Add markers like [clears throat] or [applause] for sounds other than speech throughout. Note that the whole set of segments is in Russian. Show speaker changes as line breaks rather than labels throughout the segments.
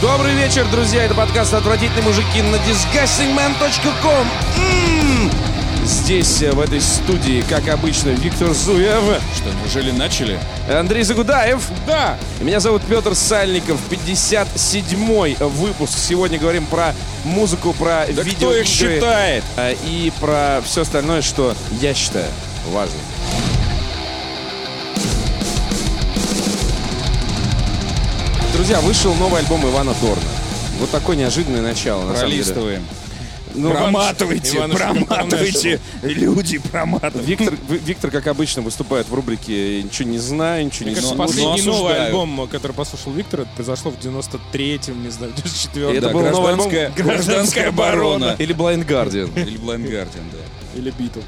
Добрый вечер, друзья. Это подкаст «Отвратительные мужики» на disgustingman.com. М-м. Здесь, э, в этой студии, как обычно, Виктор Зуев,
Что, неужели начали?
Андрей Загудаев.
Да!
Меня зовут Петр Сальников, 57-й выпуск. Сегодня говорим про музыку, про
Да
видео.
кто их считает?
А, И про все остальное, что я считаю важным. Друзья, вышел новый альбом Ивана Дорна. Вот такое неожиданное начало, на самом деле.
Пролистываем.
Ну,
Проматывайте,
Иванушка
проматывайте, люди, проматывайте.
Виктор, Ви- Виктор, как обычно, выступает в рубрике «Я «Ничего не знаю, ничего не
Мне
Кажется,
Ну,
слушаю».
последний
ну,
новый
осуждаю.
альбом, э, который послушал Виктор, это произошло в 93-м, не знаю, [laughs] 94-м.
Это
Да,
был новый альбом
гражданская, гражданская оборона.
Или Blind Guardian.
Или Blind Guardian, да.
Или Битлз.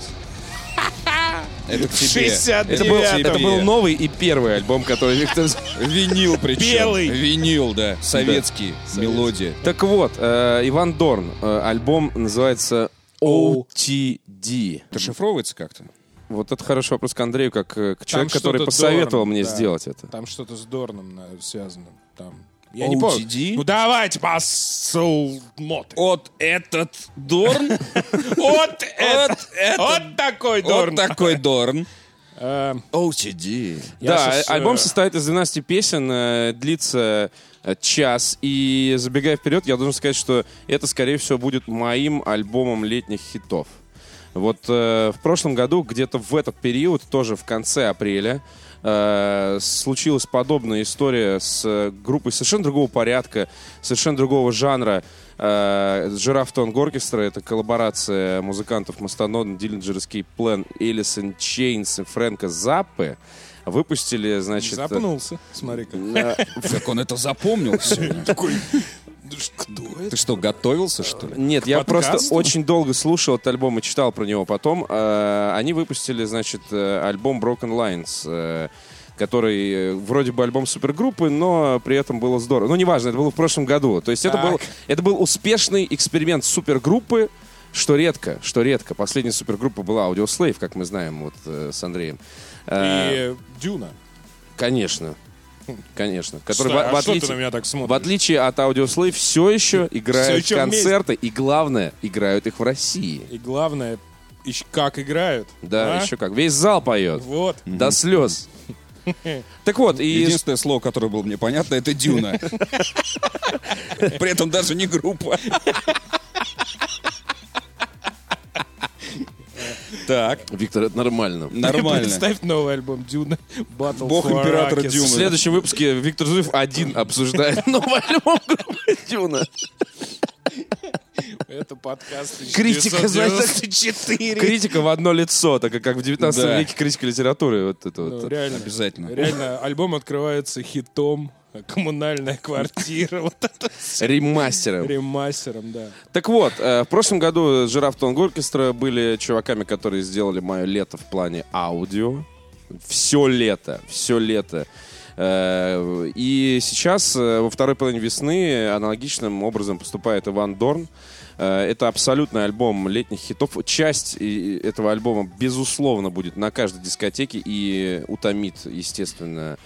Это к тебе.
69.
Это был,
Девятый.
это был новый и первый альбом, который Виктор...
Винил причем.
Белый.
Винил, да. Советский. Мелодия.
Так вот, э, Иван Дорн. э, Альбом называется OTD.
Дошифровывается как-то?
Вот это хороший вопрос к Андрею, как э, к человеку,
что-то
который посоветовал
Дорн,
мне
да.
сделать это.
Там что-то с Дорном на- связано. Там. Я не помню.
OTD?
Ну давайте посмотрим.
От этот
[laughs]
Дорн?
Вот это.
От этот
Вот такой
Дорн.
Дорн.
такой Дорн.
Э,
OCD.
я
да,
щас,
э, альбом
э,
состоит из 12 песен, э, длится э, час. И забегая вперед, я должен сказать, что это, скорее всего, будет моим альбомом летних хитов. Вот э, в прошлом году, где-то в этот период, тоже в конце апреля, э, случилась подобная история с э, группой совершенно другого порядка, совершенно другого жанра. Э, Жираф Тонг Оркестра — это коллаборация музыкантов Мастодон, Диллинджер Escape Плен, Элисон Чейнс и Фрэнка Заппы. Выпустили, значит... э,
Запнулся. Смотри-ка.
э,
Как он это запомнил сегодня?
Такой. «Да ж- Кто это?
Ты что, готовился, что ли?
Нет, я
подкасту?
просто очень долго слушал этот альбом и читал про него потом. Э, Они выпустили, значит, э, альбом Broken Lines, э, который э, вроде бы альбом супергруппы, но при этом было здорово. Ну, неважно, это было в прошлом году. То есть это
Так.
был, это был успешный эксперимент супергруппы, что редко, что редко. Последняя супергруппа была Audioslave, как мы знаем, вот э, с Андреем. Э,
И Дюна.
Конечно, конечно. Который,
Что-
в- в
а что ты
отличие-
на меня так
в
смотришь?
отличие от Audioslave, все еще играют
еще вместе.
концерты, и главное, играют их в России.
И главное, ищ- как играют.
Да,
а?
еще как. Весь зал поет.
Вот.
До слез. Так вот, и
Единственное слово, которое было мне понятно, это Дюна. При этом даже не группа. Так,
Виктор, это нормально.
нормально.
Представь новый альбом Дюна. Battle
Бог
for
императора
Arrakis.
В
Дюмы.
следующем выпуске Виктор Зуев один обсуждает новый альбом группы Дюна.
Это подкаст
Критика, знаешь,
1994.
Критика в одно лицо, так как в 19
Да.
веке критика литературы. Вот это
Ну,
вот.
реально,
Обязательно.
реально, альбом открывается хитом, коммунальная квартира, вот это всё.
Ремастером.
ремастером, да.
Так вот, э, в прошлом году Жираф Тонг Оркестра были чуваками, которые сделали мое лето в плане аудио. Все лето, все лето. Э, И сейчас, э, во второй половине весны, аналогичным образом поступает Иван Дорн. Э, Это абсолютный альбом летних хитов. Часть и- этого альбома, безусловно, будет на каждой дискотеке и утомит, естественно,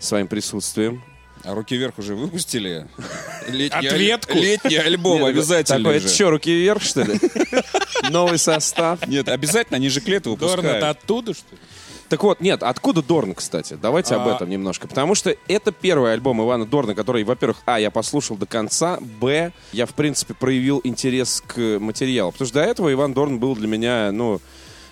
своим присутствием.
А руки вверх уже выпустили? Летний
Ответку?
аль- Летний альбом
Нет,
обязательно
Такой, это
же.
что, руки вверх, что
[laughs]
ли? Новый состав.
Нет, обязательно, они же к лету
Дорн это
выпускают.
оттуда, что ли?
Так вот, нет, откуда Дорн, кстати? Давайте об
А.
этом немножко. Потому что это первый альбом Ивана Дорна, который, во-первых, а, я послушал до конца, б, я, в принципе, проявил интерес к материалу. Потому что до этого Иван Дорн был для меня, ну...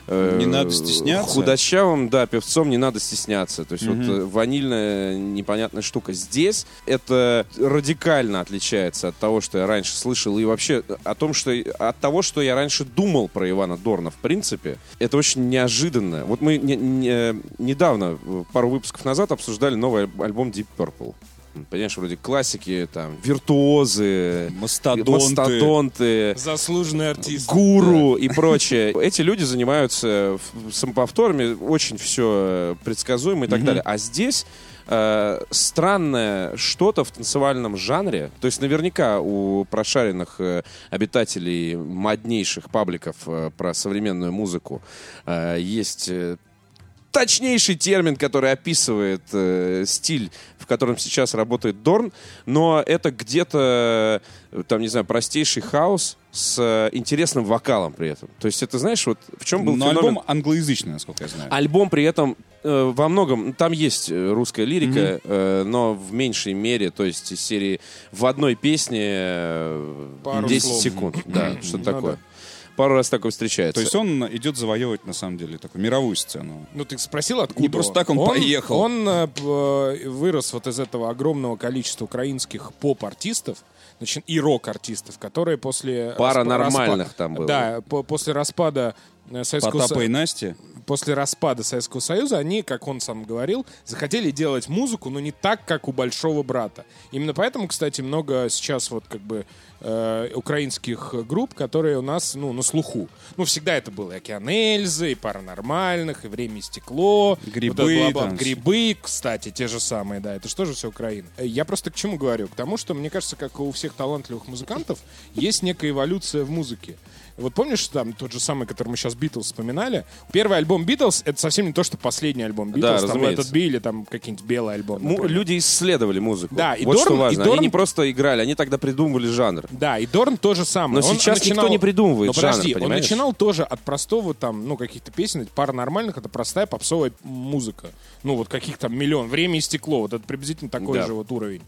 э,
Не надо стесняться.
Худощавым, да, певцом не надо стесняться. То есть вот э, ванильная непонятная штука. Здесь это радикально отличается от того, что я раньше слышал, и вообще э, о том, что от того, что я раньше думал про Ивана Дорна, в принципе, это очень неожиданно. Вот мы не- не- недавно, э, пару выпусков назад, обсуждали новый аль- альбом Deep Purple. Понимаешь, вроде классики, там, виртуозы,
Мастодонты.
мастодонты
Заслуженный артист.
гуру и прочее. Эти люди занимаются в- самоповторами, очень все предсказуемо и так далее. А здесь э, странное что-то в танцевальном жанре. То есть наверняка у прошаренных э, обитателей моднейших пабликов э, про современную музыку э, есть э, точнейший термин, который описывает э, стиль, в котором сейчас работает Дорн, но это где-то, э, там, не знаю, простейший хаос с э, интересным вокалом при этом. То есть это, знаешь, вот в чем был
Но
феномен...
альбом англоязычный, насколько я знаю.
Альбом при этом э, во многом, там есть э, русская лирика, э, но в меньшей мере, то есть из серии в одной песне э,
Пару
10
слов.
секунд,
[clears throat]
да, что-то
Ну
такое.
да.
Пару раз такое встречается.
То есть он идет завоевывать, на самом деле, такую мировую сцену.
Ну, ты спросил, откуда
Не просто так он поехал.
Он э, п- э, вырос вот из этого огромного количества украинских поп-артистов начи- и рок-артистов, которые после...
Пара
распа-
нормальных
распа-
там было.
Да, по- после распада э, Советского
Потапа и
Со-
Настя.
После распада Советского Союза они, как он сам говорил, захотели делать музыку, но не так, как у Большого Брата. Именно поэтому, кстати, много сейчас вот как бы э, украинских групп, которые у нас, ну, на слуху. Ну, всегда это было. И Океан Эльзы, и Паранормальных, и Время и Стекло.
Грибы
вот это бла-бла.
там.
Грибы, кстати, те же самые, да. Это же тоже все Украина. Э, Я просто к чему говорю? К тому, что, мне кажется, как у всех талантливых музыкантов, есть некая эволюция в музыке. Вот помнишь, там тот же самый, который мы сейчас Битлз вспоминали? Первый альбом Битлз это совсем не то, что последний альбом Битлз, там
разумеется.
этот Би или там какие-нибудь белый альбом.
Му-
например.
люди исследовали музыку.
Да, и
вот что
Дорн- и
важно.
Дорн-
Они не просто играли, они тогда придумывали жанр.
Да, и Дорн тоже
Но
самое.
сейчас никто не придумывает
Но подожди,
жанр,
он
понимаешь?
начинал тоже от простого там, ну, каких-то песен, пара нормальных, это простая попсовая музыка. Ну, вот каких там миллион. Время и стекло, вот это приблизительно такой
Да.
же вот уровень.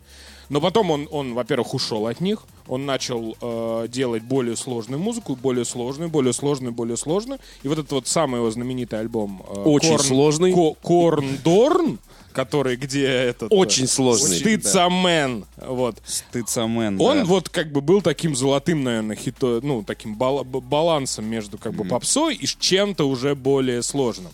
Но потом он, он во-первых, ушел от них, он начал э, делать более сложную музыку, более сложную, более сложную, более сложную. И вот этот вот самый его знаменитый альбом... э,
Очень
Корн-
сложный.
Ко- Корн Дорн, который где этот... э,
Очень сложный.
Стыцамен. Вот.
Стыцамен.
Он
да.
вот как бы был таким золотым, наверное, хито, ну, таким бала- б- балансом между как бы попсой и с чем-то уже более сложным.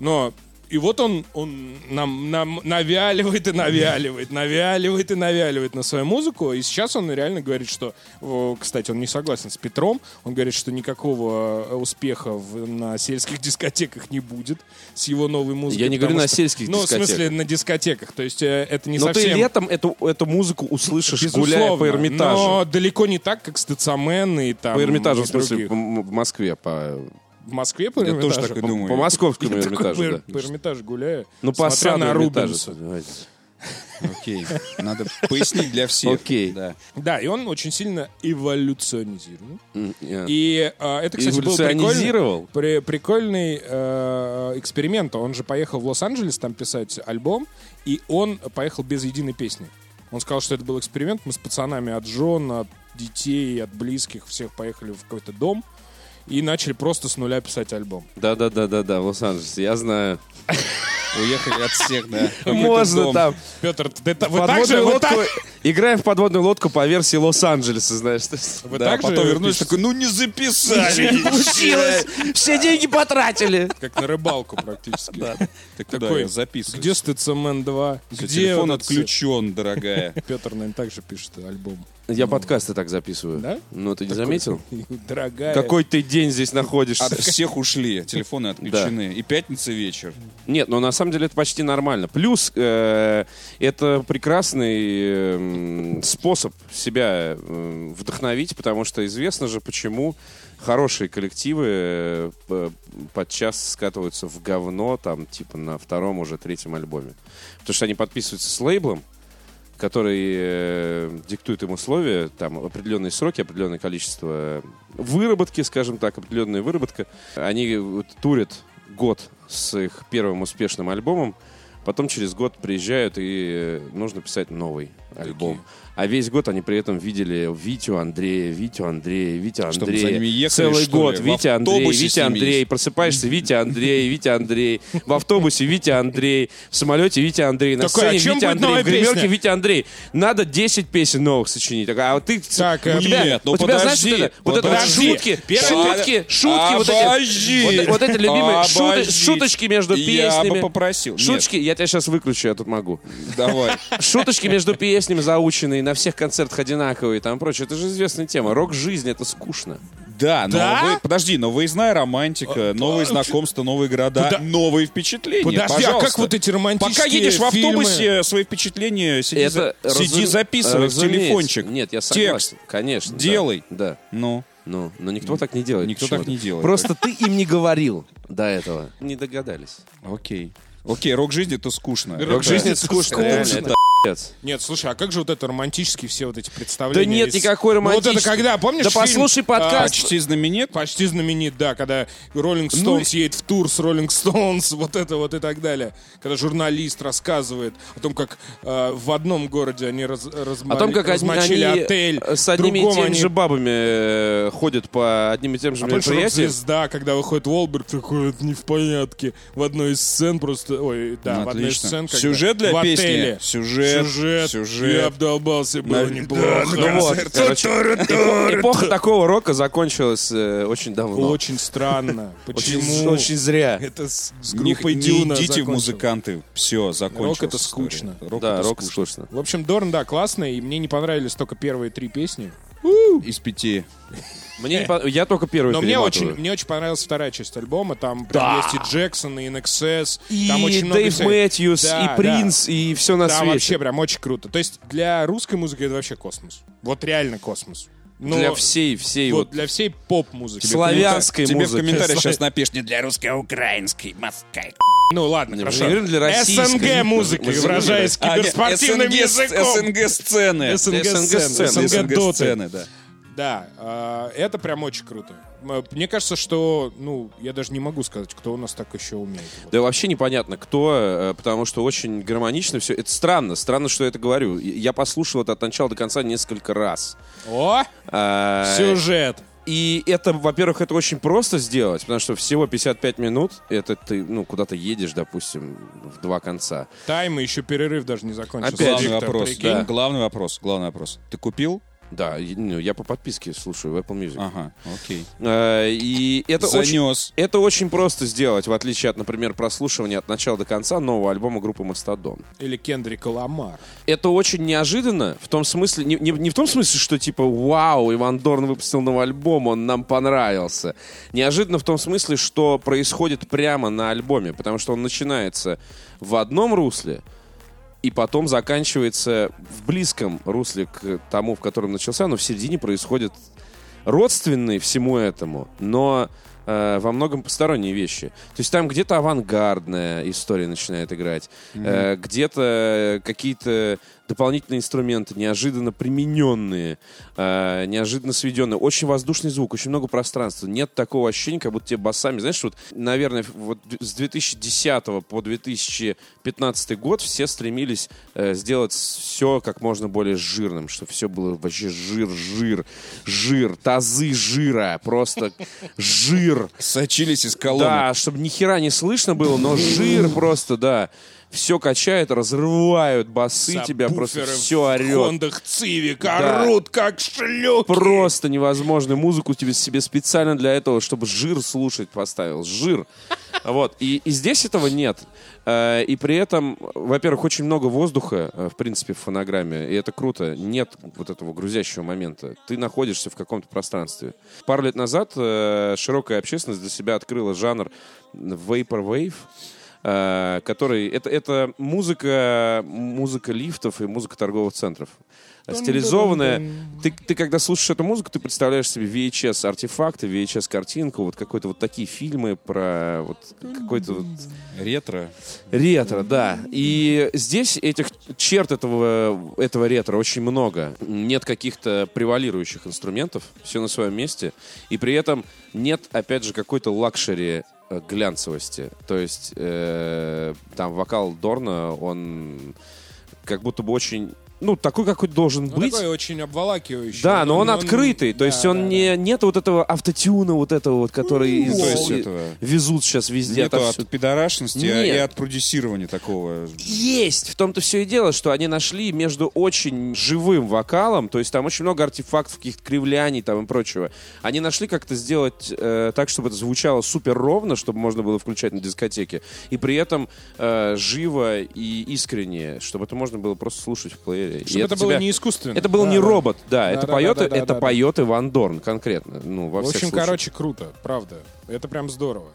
Но и вот он, он нам, нам навяливает и навяливает, навяливает и навяливает на свою музыку. И сейчас он реально говорит, что... о, Кстати, он не согласен с Петром. Он говорит, что никакого э, успеха в- на сельских [laughs] дискотеках не будет с его новой музыкой.
Я не говорю
потому
на
что-
сельских
ну,
дискотеках.
в смысле, на дискотеках. То есть э, это не
Но
совсем...
ты летом эту, эту музыку услышишь, гуляя по Эрмитажу.
Но далеко не так, как Стацамен и там...
По Эрмитажу,
и
в смысле,
других.
в М- в Москве, по,
В Москве по
Я
Эрмитажу?
тоже так и
по,
думаю.
по московскому
[laughs] Я такой
Эрмитажу,
по,
да.
по Эрмитажу гуляю,
Ну, по
смотря
осаду
на
Эрмитажа,
Рубенса.
давайте.
[laughs] Окей. Надо пояснить для всех.
Окей.
Да.
Да, и он очень сильно эволюционизирует.
М, я-
И а, это, кстати, был прикольный,
Эволюционизировал?
при- прикольный э, эксперимент. Он же поехал в Лос-Анджелес там писать альбом, и он поехал без единой песни. Он сказал, что это был эксперимент. Мы с пацанами от жен, от детей, от близких всех поехали в какой-то дом и начали просто с нуля писать альбом.
Да-да-да-да-да, в Лос-Анджелесе, я знаю.
Уехали от всех,
[laughs]
да.
Можно там.
Петр, ты та- вы так же,
Подводную
вы
лодку,
так-
играем в подводную лодку по версии Лос-Анджелеса, знаешь. то есть.
вы
да,
так же
потом вернулись,
пишете,
такой, ну не
[laughs]
записали. [laughs]
Получилось! Все деньги потратили!
как на рыбалку практически. [laughs]
Ты куда
Такой,
я записываю?
Где Стецемен 2?
Всё,
Где
телефон
вот это всё?
отключен,
[laughs]
дорогая.
Петр, наверное, также пишет альбом.
Я подкасты так записываю.
Да?
Ну, ты не заметил?
[laughs]
[laughs]
Дорогая.
Какой ты день здесь находишься?
От всех ушли, телефоны отключены. И пятница вечер.
[laughs] Нет, но на самом деле это почти нормально. Плюс э, это прекрасный э, м, способ себя э, вдохновить, потому что известно же, почему хорошие коллективы э, п- подчас скатываются в говно, там, типа, на втором, уже третьем альбоме. Потому что они подписываются с лейблом, который э, диктует им условия, там определенные сроки, определенное количество выработки, скажем так, определенная выработка. Они вот турят год с их первым успешным альбомом, потом через год приезжают и э, нужно писать новый альбом. А весь год они при этом видели Витю Андрея, Витю Андрея, Витю
Чтобы за
Андрея.
ними ехали,
Целый
что
год
ли? В
Витя Андрей,
автобусе с
Витя
ними
Андрей. Просыпаешься, Витя Андрей, Витя Андрей. В автобусе Витя Андрей. В самолете Витя Андрей. На
Такой, а
сцене Витя
чем будет
Андрей.
новая
В гримерке
песня?
Витя Андрей, надо 10 песен новых сочинить. Так, А вот ты...
Так, э,
у тебя,
нет, ну
у тебя, знаешь,
подожди,
вот это, вот это вот
подожди.
шутки,
Первый-
шутки, шутки, вот эти, вот, вот эти любимые шуты-
Обожди.
шуточки между
Я
песнями.
бы попросил. Нет,
Шуточки, я тебя сейчас выключу, я тут могу.
давай.
Шуточки между песнями заученные, на всех концертах одинаковые, там прочее. Это же известная тема. Рок жизни это скучно.
[laughs]
Да, но
Да? А,
вы- подожди, но выездная романтика, новые знакомства, новые города,
Куда-
новые впечатления.
Подожди, а
пожалуйста.
как вот эти романтические
Пока едешь в
фильмы?
автобусе, свои впечатления сиди,
Это
за- сиди
разу-
записывай в
разумеется.
телефончик.
Нет, я
Текст.
согласен. Конечно. да.
Делай.
Да.
Ну,
Ну, но никто так не делает.
Никто так
почему-то.
не делает.
Просто ты им не говорил.
до этого.
Не догадались.
Окей. Окей, рок жизни то скучно.
Рок жизни
Да.
это скучно, реально,
Скучно.
это пи***ц.
Нет, слушай, а как же вот это романтические все вот эти
Да
представления?
нет
из-
никакой
Ну, Вот это
романтической.
когда, помнишь
Да
фильм,
послушай подкаст. Ну
Почти знаменит.
а, почти знаменит, да, когда Роллинг Стоунс едет в тур с Роллинг Стоунс, [laughs] вот это вот и так далее. Когда журналист рассказывает о том, как э, в одном городе они раз,
О
размали-
том, как одни- они
размочили отель,
э, с одними и
другом
теми
они-
же бабами э, ходят по одним и тем же
А больше
мероприятиям.
звезда, когда выходит Уолберг, такой это не в порядке. В одной из сцен просто... Ой, да,
Ну,
в одной из
отлично.
сцен... когда
Сюжет для
в
песни.
отеле.
Сюжет,
Сюжет.
сюжет.
Я обдолбался, было
Да,
неплохо.
Ну вот, короче, эпо- эпоха такого рока закончилась э, очень давно.
Ну, Очень странно.
Очень-
Почему? Э,
Очень зря.
Это с, с
Не,
группой
не
Дюна
идите в
закончилось.
музыканты. Все, закончилось.
Рок это скучно.
Рок
Да,
это
рок
скучно.
скучно.
В общем, Дорн, да, классный, и мне не понравились только первые три песни.
Из пяти. Ну,
Мне не по- Я только первый
Э, Но мне очень,
перематываю.
мне очень понравилась вторая часть альбома. Там прям есть и Джексон, и NXS. там
И
очень много
Дэйв
всяких-
Мэтьюс,
Да,
и
да.
Принц, и все на
Там вообще
свете.
прям очень круто. То есть для русской музыки это вообще космос. Вот реально космос. Но
Для всей, всей
вот,
вот
для всей поп-музыки.
славянской
Тебе в
музыки.
комментариях сейчас напишешь не для русско-украинской, москаль.
Ну ладно, хорошо.
наверное, для российской.
СНГ музыки, выражаясь
А, нет,
киберспортивным
СНГ с-
языком.
СНГ сцены.
СНГ-сцены.
СНГ доты.
сцены, да.
Да, а, это прям очень круто. М, Мне кажется, что, ну, я даже не могу сказать, кто у нас так еще умеет. Вот.
Да вообще непонятно, кто, э, потому что очень гармонично все. Это странно, странно, что я это говорю. И- Я послушал это от начала до конца несколько раз.
О,
А,
сюжет.
И это, во-первых, это очень просто сделать, потому что всего 55 минут, это ты, ну, куда-то едешь, допустим, в два конца.
Тайм и еще перерыв даже не закончился.
Опять
Главный
же,
Виктор,
вопрос.
прикинь.
да. Главный вопрос. Главный вопрос. Ты купил?
Да, и, ну, я по подписке слушаю в Apple Music.
Ага, окей.
А, и это очень...
Занес.
Это очень просто сделать, в отличие от, например, прослушивания от начала до конца нового альбома группы Мастодон.
Или Кендрик Ламар.
это очень неожиданно, в том смысле, не, не- не в том смысле, что типа Вау, Иван Дорн выпустил новый альбом, он нам понравился. Неожиданно в том смысле, что происходит прямо на альбоме, потому что он начинается в одном русле и потом заканчивается в близком русле к тому, в котором начался, но в середине происходит родственные всему этому, но э, во многом посторонние вещи. То есть там где-то авангардная история начинает играть, э, где-то какие-то дополнительные инструменты, неожиданно примененные, э, неожиданно сведенные. Очень воздушный звук, очень много пространства. Нет такого ощущения, как будто тебе басами... Знаешь, вот, наверное, вот с 2010 по 2015 год все стремились э, сделать все как можно более жирным, чтобы все было вообще жир, жир, жир, тазы жира, просто жир.
Сочились из колонок.
Да, чтобы ни хера не слышно было, но жир просто, да. Все качает, разрывают басы, тебя просто
Сабвуферы
все
В
орет.
Хондах Цивик
Да.
орут, как шлюхи.
Просто невозможно. Музыку тебе себе специально для этого, чтобы жир слушать поставил. Жир. [laughs] Вот. И, и здесь этого нет. Э, И при этом, во-первых, очень много воздуха, э, в принципе, в фонограмме. И это круто. Нет вот этого грузящего момента. Ты находишься в каком-то пространстве. Пару лет назад э, широкая общественность для себя открыла жанр vaporwave, э, который... Это, это музыка, музыка лифтов и музыка торговых центров. Стилизованная. Ты, ты когда слушаешь эту музыку, ты представляешь себе VHS-артефакты, VHS-картинку, вот какой-то вот такие фильмы про вот какой-то вот
Ретро.
Ретро, да. И здесь этих черт этого, этого ретро очень много. Нет каких-то превалирующих инструментов, все на своем месте. И при этом нет, опять же, какой-то лакшери э, глянцевости. То есть э, там вокал Дорна, он как будто бы очень... Ну, такой, какой должен
Он
быть.
такой очень обволакивающий.
Да, но он, открытый, то есть
да,
он
да,
не нет вот этого автотюна вот этого вот, который из-
То есть этого.
везут сейчас везде.
Нету
отовсюду.
от пидорашности а-
Нет.
и от продюсирования такого.
Есть! В том-то все и дело, что они нашли между очень живым вокалом, то есть там очень много артефактов, каких-то кривляний там и прочего. Они нашли как-то сделать э, так, чтобы это звучало супер ровно, чтобы можно было включать на дискотеке, и при этом э, живо и искренне, чтобы это можно было просто слушать в плеере. И
Чтобы это, было
тебя-
не искусственно.
Это был
Да,
не
да.
робот, да, это
да,
поет,
да, да,
это
да,
поет Иван Дорн конкретно, ну во
В
всех
общем,
случаях.
короче, круто, правда. Это прям здорово.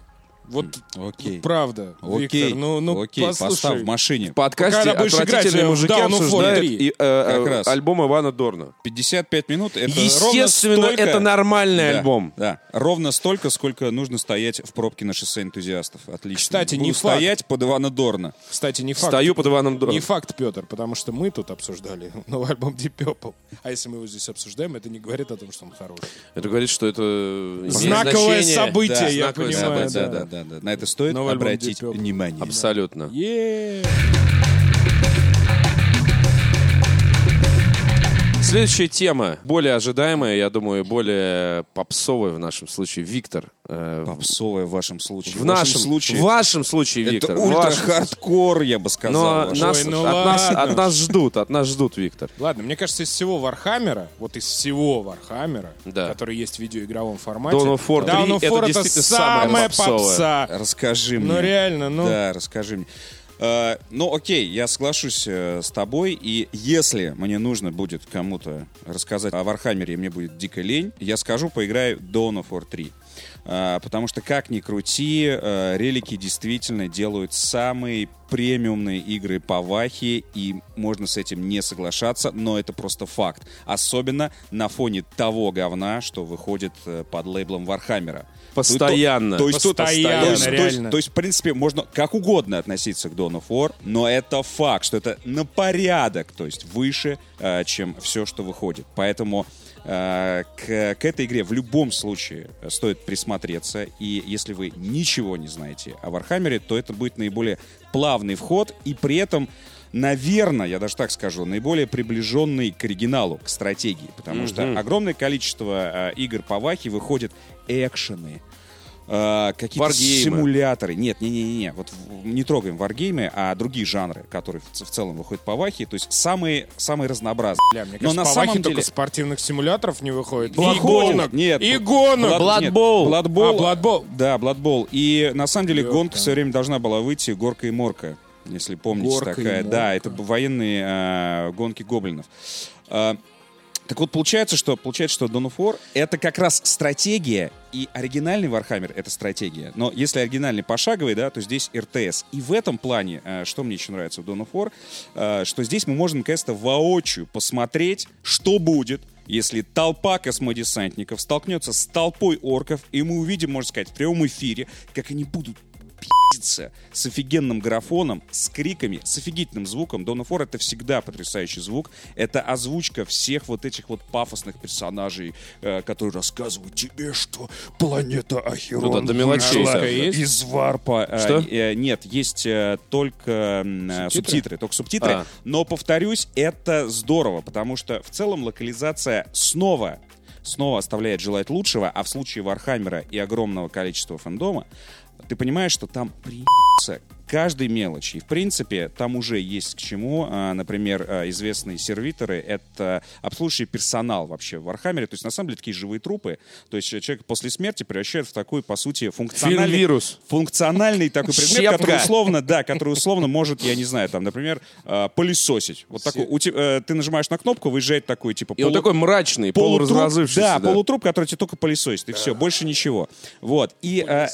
Вот
Окей.
правда,
Окей,
Виктор, ну, ну
окей, поставь
послушай.
в машине.
В подкасте
Когда будешь играть,
«Отвратительные
я
мужики»
ждал, ну,
обсуждают
смотри.
и, э, э,
Как раз.
альбом Ивана Дорна.
55 минут это ровно
Естественно,
столько-
это нормальный
Да,
альбом.
Да, ровно столько, сколько нужно стоять в пробке на шоссе энтузиастов. Отлично.
Кстати,
Буду
не факт.
стоять под Ивана Дорна.
Кстати, не факт.
Стою под Иваном Дорном.
Не факт, Петр, потому что мы тут обсуждали [laughs] новый альбом Deep Purple. А если мы его здесь обсуждаем, это не говорит о том, что он хороший.
Это говорит, что это... имеет
Знаковое
значение.
событие,
Да,
я
знаковое
понимаю,
событие,
да.
да.
да, да. На это стоит
Новый альбом
обратить
Deep Purple.
внимание.
Абсолютно.
Е.
Следующая тема, более ожидаемая, я думаю, более попсовая в нашем случае. Виктор. э,
Попсовое в вашем случае.
в нашем
случае.
В вашем случае, Виктор.
это
в
ультра
вашем.
хардкор, я бы
Но
сказал. ваш.
нас,
Ой, ну
от, нас,
ладно.
от нас ждут, от нас ждут, Виктор.
Ладно, мне кажется, из всего Вархаммера, вот из всего Вархаммера,
Да.
который есть в видеоигровом формате,
Dawn of War 3
Dawn of
это
War это,
действительно самое
самая
попсовое.
попса.
Расскажи мне.
Ну реально, ну...
Да, расскажи мне. Э, ну, окей, я соглашусь э, с тобой, и если мне нужно будет кому-то рассказать о Вархаммере, и мне будет дико лень, я скажу, поиграю Dawn of War 3. Э, потому что, как ни крути, э, релики действительно делают самые премиумные игры по Вахе, и можно с этим не соглашаться, но это просто факт. Особенно на фоне того говна, что выходит э, под лейблом Вархаммера. Ну
Постоянно.
То, есть тут-
Постоянно,
то есть- то есть-
реально.
то есть, в принципе, можно как угодно относиться к Dawn of War, но это факт, что это на порядок, то есть выше, э, чем все, что выходит. Поэтому э, к, к этой игре в любом случае стоит присмотреться, и если вы ничего не знаете о Вархаммере, то это будет наиболее плавный вход, и при этом наверное, я даже так скажу, наиболее приближенный к оригиналу, к стратегии, потому что огромное количество э, игр по Вахе выходит экшены, э, какие-то
Варгеймы.
симуляторы. Нет, не, не, не, не. Вот в- не трогаем варгеймы, а другие жанры, которые в, ц- в целом выходят по Вахе, то есть самые самые разнообразные.
Бля, мне
Но
кажется,
на
по
самом
Вахе
деле-
только спортивных симуляторов не выходит.
Blood
и
Bowl.
гонок.
Нет. ну,
И гонок.
Blood
нет,
Bowl.
Blood Bowl.
А, Blood Bowl.
Да, Бладбол. И на самом деле
Ёпта.
гонка все время должна была выйти горка и морка, если помните
Горка и
такая.
Морка.
Да, это б- военные э, гонки гоблинов. Э, так вот, получается, что получается, что Dawn of War это как раз стратегия, и оригинальный Warhammer это стратегия. Но если оригинальный пошаговый, да, то здесь РТС. И в этом плане, э, что мне еще нравится в Dawn of War, э, что здесь мы можем наконец-то воочию посмотреть, что будет, если толпа космодесантников столкнется с толпой орков, и мы увидим, можно сказать, в прямом эфире, как они будут пиздиться с офигенным графоном, с криками, с офигительным звуком. Dawn of War — это всегда потрясающий звук. Это озвучка всех вот этих вот пафосных персонажей, э, которые рассказывают тебе, что планета Ахерон
Ну да, до мелочей,
вышла
да.
из варпа. Э,
Что?
э, нет, есть э, только м, э, субтитры? только субтитры.
А.
Но, повторюсь, это здорово, потому что в целом локализация снова снова оставляет желать лучшего, а в случае Вархаммера и огромного количества фандома, ты понимаешь, что там при***ться каждой мелочи. И, в принципе, там уже есть к чему. А, Например, а, известные сервиторы — это обслуживающий персонал вообще в Вархаммере. То есть, на самом деле, такие живые трупы. То есть, э, человек после смерти превращает в такой, по сути, функциональный
Фильм-вирус.
функциональный такой предмет,
Щепка.
который условно, да, который условно может, я не знаю, там, например, э, пылесосить. Вот такой, у те- э, ты нажимаешь на кнопку, выезжает такой, типа,
И он
полу-
такой мрачный,
полутруп,
полуразразывшийся.
да, полутруп, который тебе только пылесосит, и все, больше ничего. Вот, и, э,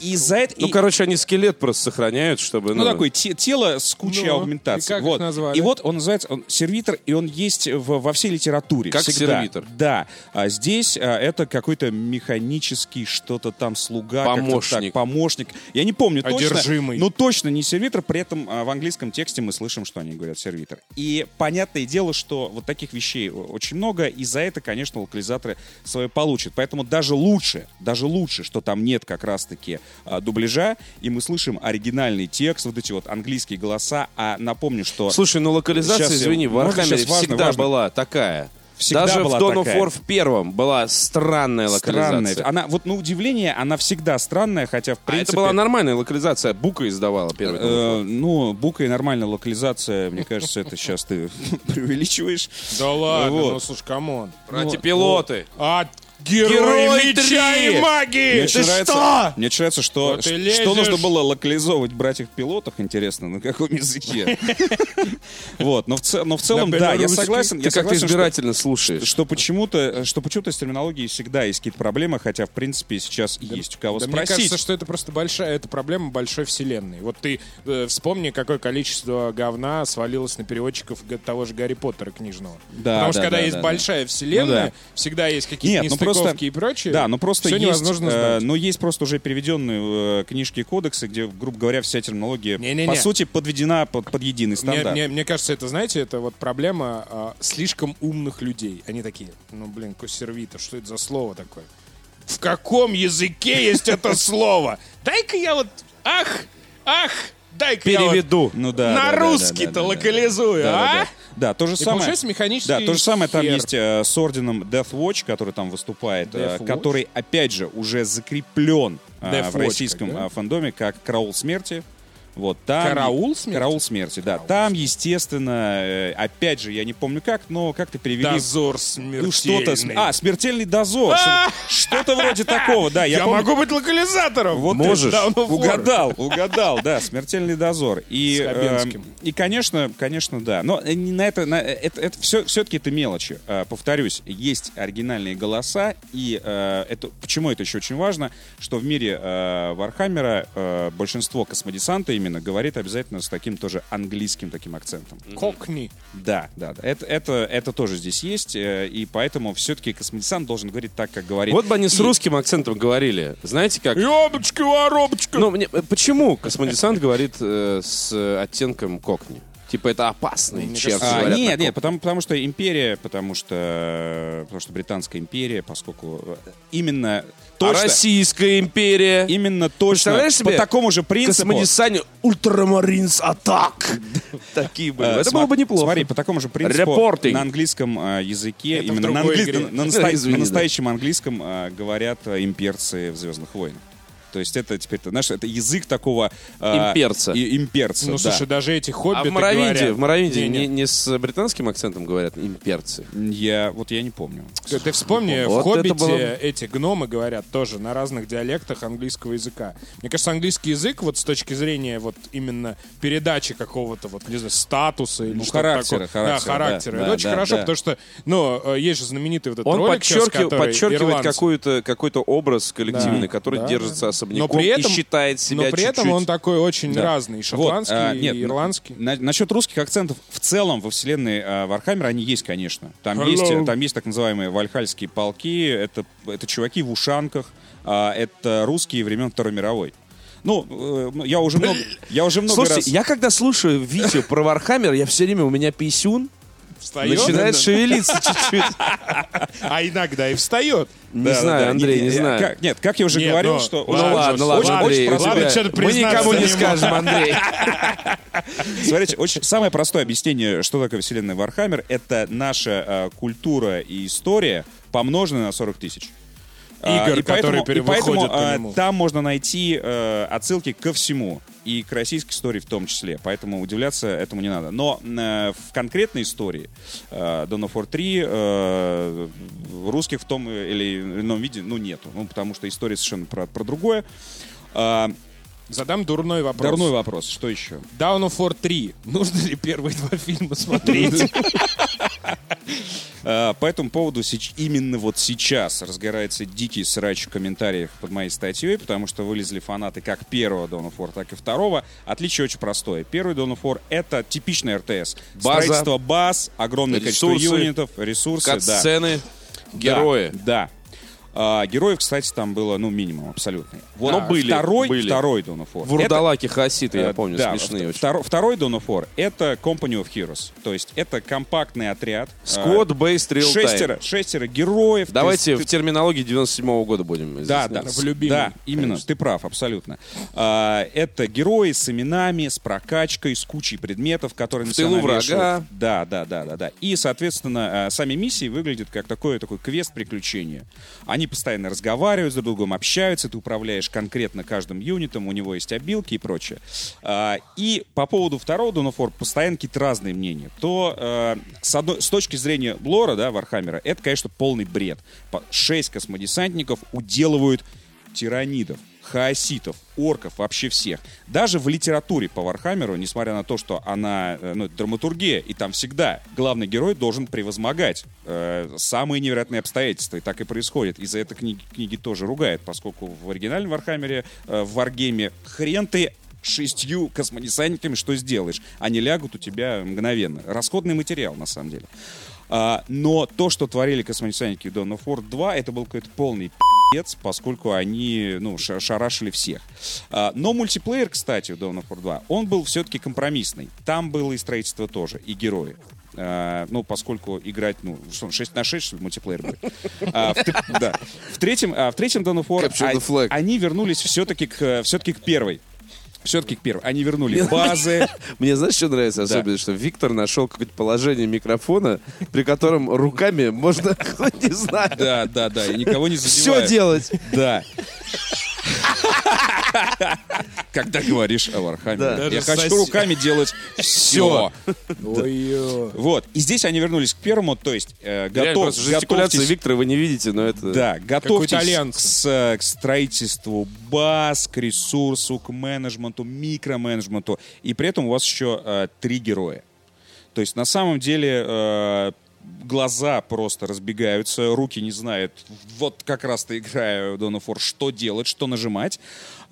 и за это...
Ну,
и-
короче, они скелет просто сохраняют, чтобы...
ну, такое те- тело с кучей
Ну,
аугментаций.
и как их
вот.
назвали?
и вот он называется он сервитор, и он есть в- во всей литературе.
Как
всегда.
сервитор.
Да. А здесь а, это какой-то механический что-то там слуга, как-то
Помощник.
так, помощник. Я не помню
Одержимый.
точно. Но Ну, точно не сервитор. При этом а, в английском тексте мы слышим, что они говорят сервитор. И понятное дело, что вот таких вещей очень много, и за это, конечно, локализаторы свое получат. Поэтому даже лучше, даже лучше, что там нет как раз-таки а, дубляжа, и мы слышим оригинальный текст, вот эти вот английские голоса. А напомню, что...
Слушай, ну локализация,
Щас я-
извини, в
можно
Вархаммере
щас? Важно,
всегда
важно.
была такая.
Всегда
Даже
была
в Dawn of
такая.
War в первом была странная
Странная.
локализация.
Она, вот на удивление, она всегда странная, хотя в
А это
принципе...
была нормальная локализация, Бука издавала первый. Dawn of War.
Э, ну, бука и нормальная локализация, мне кажется, это сейчас ты [laughs] преувеличиваешь.
Да ладно,
Вот.
ну слушай, камон.
Братья-пилоты.
А, Герои,
Герои
меча
три!
и магии!
очень нравится,
что?
Мне очень нравится, что,
Вот и
ш-
лезешь.
что нужно было локализовывать братьев-пилотов, интересно, на каком
[laughs]
языке. Вот, но в ц- но в целом,
На
да, я
белорусский.
согласен.
Ты
я
как-то
согласен, что-
избирательно слушаешь.
что почему-то, что почему-то с терминологией всегда есть какие-то проблемы, хотя в принципе сейчас есть у кого
Да мне
спросить.
кажется, что это просто большая это проблема большой вселенной. Вот ты э, вспомни, какое количество говна свалилось на переводчиков г- того же Гарри Поттера книжного.
Да,
Потому что
да,
когда
да,
есть
да,
большая вселенная,
Ну да.
всегда есть какие-то
Нет, ну
нестыковки
просто
и прочее.
Да, но просто
все
есть,
невозможно
э,
знать.
но есть просто уже переведенные э, книжки и кодексы, где, грубо говоря, вся терминология
Не-не-не.
по сути подведена под, под единый
Мне,
стандарт.
мне- мне кажется, это, знаете, это вот проблема а, слишком умных людей. Они такие, ну, блин, косервита, что это за слово такое? В каком языке есть это слово? Дай-ка я вот, ах, ах, дай-ка я вот
Переведу.
Ну да. да,
на
да, да, да,
русский-то
да, да.
локализую,
Да, да,
а?
да. Да, то же
И
самое.
получается механический
Да, то же самое там
хер.
есть э, с орденом Death Watch, который там выступает, э,
Death Watch?
который, опять же, уже закреплен э,
Death
в
Watch,
российском
как, да?
э, фандоме как «Караул смерти». Вот, там,
«Караул смерти»?
«Караул смерти», да.
«Караул
там, естественно, э, опять же, я не помню как, но как-то перевели...
Дозор
Ну, что-то... с-
смертельный.
А, «Смертельный дозор».
[laughs]
Что-то вроде такого, да.
я
помню-
могу быть локализатором.
вот ты
Можешь.
да,
Dawn of War.
угадал, угадал, да, смертельный дозор. И,
С Хабенским.
э, и конечно, конечно, да. Но э, не на это, на- это, это все, все-таки это мелочи. Э, повторюсь, есть оригинальные голоса, и э, это, почему это еще очень важно, что в мире э, Вархаммера э, большинство космодесанта именно говорит обязательно с таким тоже английским таким акцентом.
Кокни.
Да, да, да. Это, это, это тоже здесь есть, э, и поэтому все-таки космодесант должен говорить так, как говорит.
Вот бы они с
И-
русским акцентом говорили. Знаете как?
Ёбочка, воробочка.
Ну, мне, э, почему космодесант говорит э, с э, оттенком кокни? Типа это опасный
Мне
черт.
кажется,
А,
говорят на
нет,
кокни.
нет, потому, потому что империя, потому что, э, потому что британская империя, поскольку э, именно
А
точно,
Российская империя.
именно точно
Представляешь
по
себе?
такому же принципу.
Космодесане Ультрамаринс Атак. [laughs] Такие были.
э,
Это
сма-
было бы неплохо.
Смотри, по такому же принципу
Репортинг.
на английском э, языке,
Это в
именно на,
другой
англи-
игре.
[laughs]
на- на наста-
Извини,
на
да.
настоящем английском э, говорят э, имперцы в Звездных войнах. То есть это теперь, ты знаешь, это язык такого... э,
Имперца.
и- имперца,
Ну,
да.
слушай, даже эти
А
хоббиты
в Моровинде,
говорят.
в Моровинде
Не-не.
не, не с британским акцентом говорят а имперцы.
Я, вот я не помню.
Ты, ты вспомни,
Вот
в «Хоббите»
это было-
эти гномы говорят тоже на разных диалектах английского языка. Мне кажется, английский язык вот с точки зрения вот именно передачи какого-то вот, не знаю, статуса или
Ну,
что-то
характера,
такое.
характера,
Да, характера.
да,
Это
да,
очень
да,
хорошо,
да.
потому что, ну, э, есть же знаменитый вот этот
Он
ролик сейчас,
подчерки-
который
подчеркивает
ирландцы.
какую-то, какой-то образ коллективный,
Да.
который
Да,
держится
да.
особняком
Но при этом-
и считает себя
Но при этом
чуть-чуть-
он такой очень
Да.
разный. И
Вот,
шотландский,
а,
и
ну,
ирландский.
на- насчет русских акцентов в целом во вселенной а, Вархаммера они есть, конечно. Там
Hello.
есть, э, там есть так называемые вальхальские полки. Это, это чуваки в ушанках. а, это русские времен Второй мировой. Ну, э, ну, я уже много, я уже много
Слушайте,
раз...
я когда слушаю видео про Вархаммер, я все время, у меня писюн
Встает,
начинает шевелиться чуть-чуть.
[laughs] а иногда и встает.
Не
Да, да,
знаю,
да.
Андрей, не
Я-
знаю.
как- нет, как я уже
Нет,
говорил,
ну,
что...
Ну
Ладно,
ладно,
Жорж,
ладно,
ладно,
Андрей, у
Жорж, ладно,
тебя-
что-то
мы
признаться
никому
не
не
можешь.
скажем,
[laughs]
Андрей.
Смотрите, очень, самое простое объяснение, что такое вселенная Вархаммер, это наша э, культура и история, помноженная на 40 тысяч. А,
Игр,
и поэтому-
которые пере-
и поэтому,
выходят по
а,
нему.
Там можно найти э, отсылки ко всему. И к российской истории в том числе. Поэтому удивляться этому не надо. Но э, в конкретной истории э, Dawn of War 3 э, русских в том или ином виде ну, нету. Ну, потому что история совершенно про, про другое. А,
Задам дурной вопрос.
дурной вопрос. Что еще?
Down of War 3. Нужно ли первые два
[laughs]
фильма смотреть?
Э, По этому поводу сеч- именно вот сейчас разгорается дикий срач в комментариях под моей статьей, потому что вылезли фанаты как первого Dawn of War, так и второго. Отличие очень простое. Первый Dawn of War — это типичный РТС.
База.
Строительство баз, огромное количество
Ресурсы.
юнитов, ресурсы. да.
Кат-сцены, герои.
Да. да. А, героев, кстати, там было, ну, минимум абсолютно. Вот
Но были,
Второй,
были.
второй Dawn of War. Это-
Вурдалаки, хаоситы,
Э,
я помню,
да,
смешные
вто-
очень.
второ- Второй Dawn of War — это Company of Heroes. То есть это компактный отряд. э,
Сквот, бейс,
шестеро, шестеро героев. Ты-
Давайте
ты-
в терминологии 97 года будем.
да, да,
изъясняться.
с-
в любимом,
да, именно, ты прав, абсолютно. А, это герои с именами, с прокачкой, с кучей предметов, которые на
В тылу
себя навешивают.
врага.
Да, а, да, да, да, да. И, соответственно, э, сами миссии выглядят как такое такой квест приключения. Они Они постоянно разговаривают друг с другом, общаются, ты управляешь конкретно каждым юнитом, у него есть обилки и прочее. А, И по поводу второго Dawn of War постоянно какие-то разные мнения. То э, с, одной- с точки зрения лора, да, Вархаммера, это, конечно, полный бред. По- Шесть космодесантников уделывают тиранидов, хаоситов, орков, вообще всех. Даже в литературе по Вархаммеру, несмотря на то, что она, э, ну, это драматургия, и там всегда главный герой должен превозмогать э, самые невероятные обстоятельства, и так и происходит. Из-за этой книги, книги тоже ругает, поскольку в оригинальном Вархаммере, э, в Варгейме, хрен ты шестью космодесантниками что сделаешь? Они лягут у тебя мгновенно. Расходный материал, на самом деле. А, но то, что творили космодесантники в Dawn of War 2, это был какой-то полный пи***ц, поскольку они, ну, ша- шарашили всех. А, но мультиплеер, кстати, в Dawn of War 2, он был все-таки компромиссный. Там было и строительство тоже, и герои. А, ну, поскольку играть, ну, что, 6 на 6, что ли, мультиплеер будет. А, в, тр- [laughs] да. в третьем, а, в третьем Dawn of War
Capture the
а-
flag.
они вернулись все-таки к, все-таки к первой. Все-таки к первой. Они вернули базы.
Мне знаешь, что нравится особенно, что Виктор нашел какое-то положение микрофона, при котором руками можно, [laughs] хоть не знаю,
Да, да, да. И никого не
все
задевают.
делать.
Да. Когда говоришь о Вархаммере.
Да.
Я
Даже
хочу
соси-
руками делать все.
Ой-ой.
Вот. И здесь они вернулись к первому, то есть э,
Реально,
готов,
просто жестикуляции
готовьтесь-
Виктора вы не видите, но это...
Да, готовьтесь
итальянцы.
к, с- к строительству баз, к ресурсу, к менеджменту, микроменеджменту. И при этом у вас еще э, три героя. То есть на самом деле э, глаза просто разбегаются, руки не знают. Вот как раз-то играю в Dawn of War, что делать, что нажимать.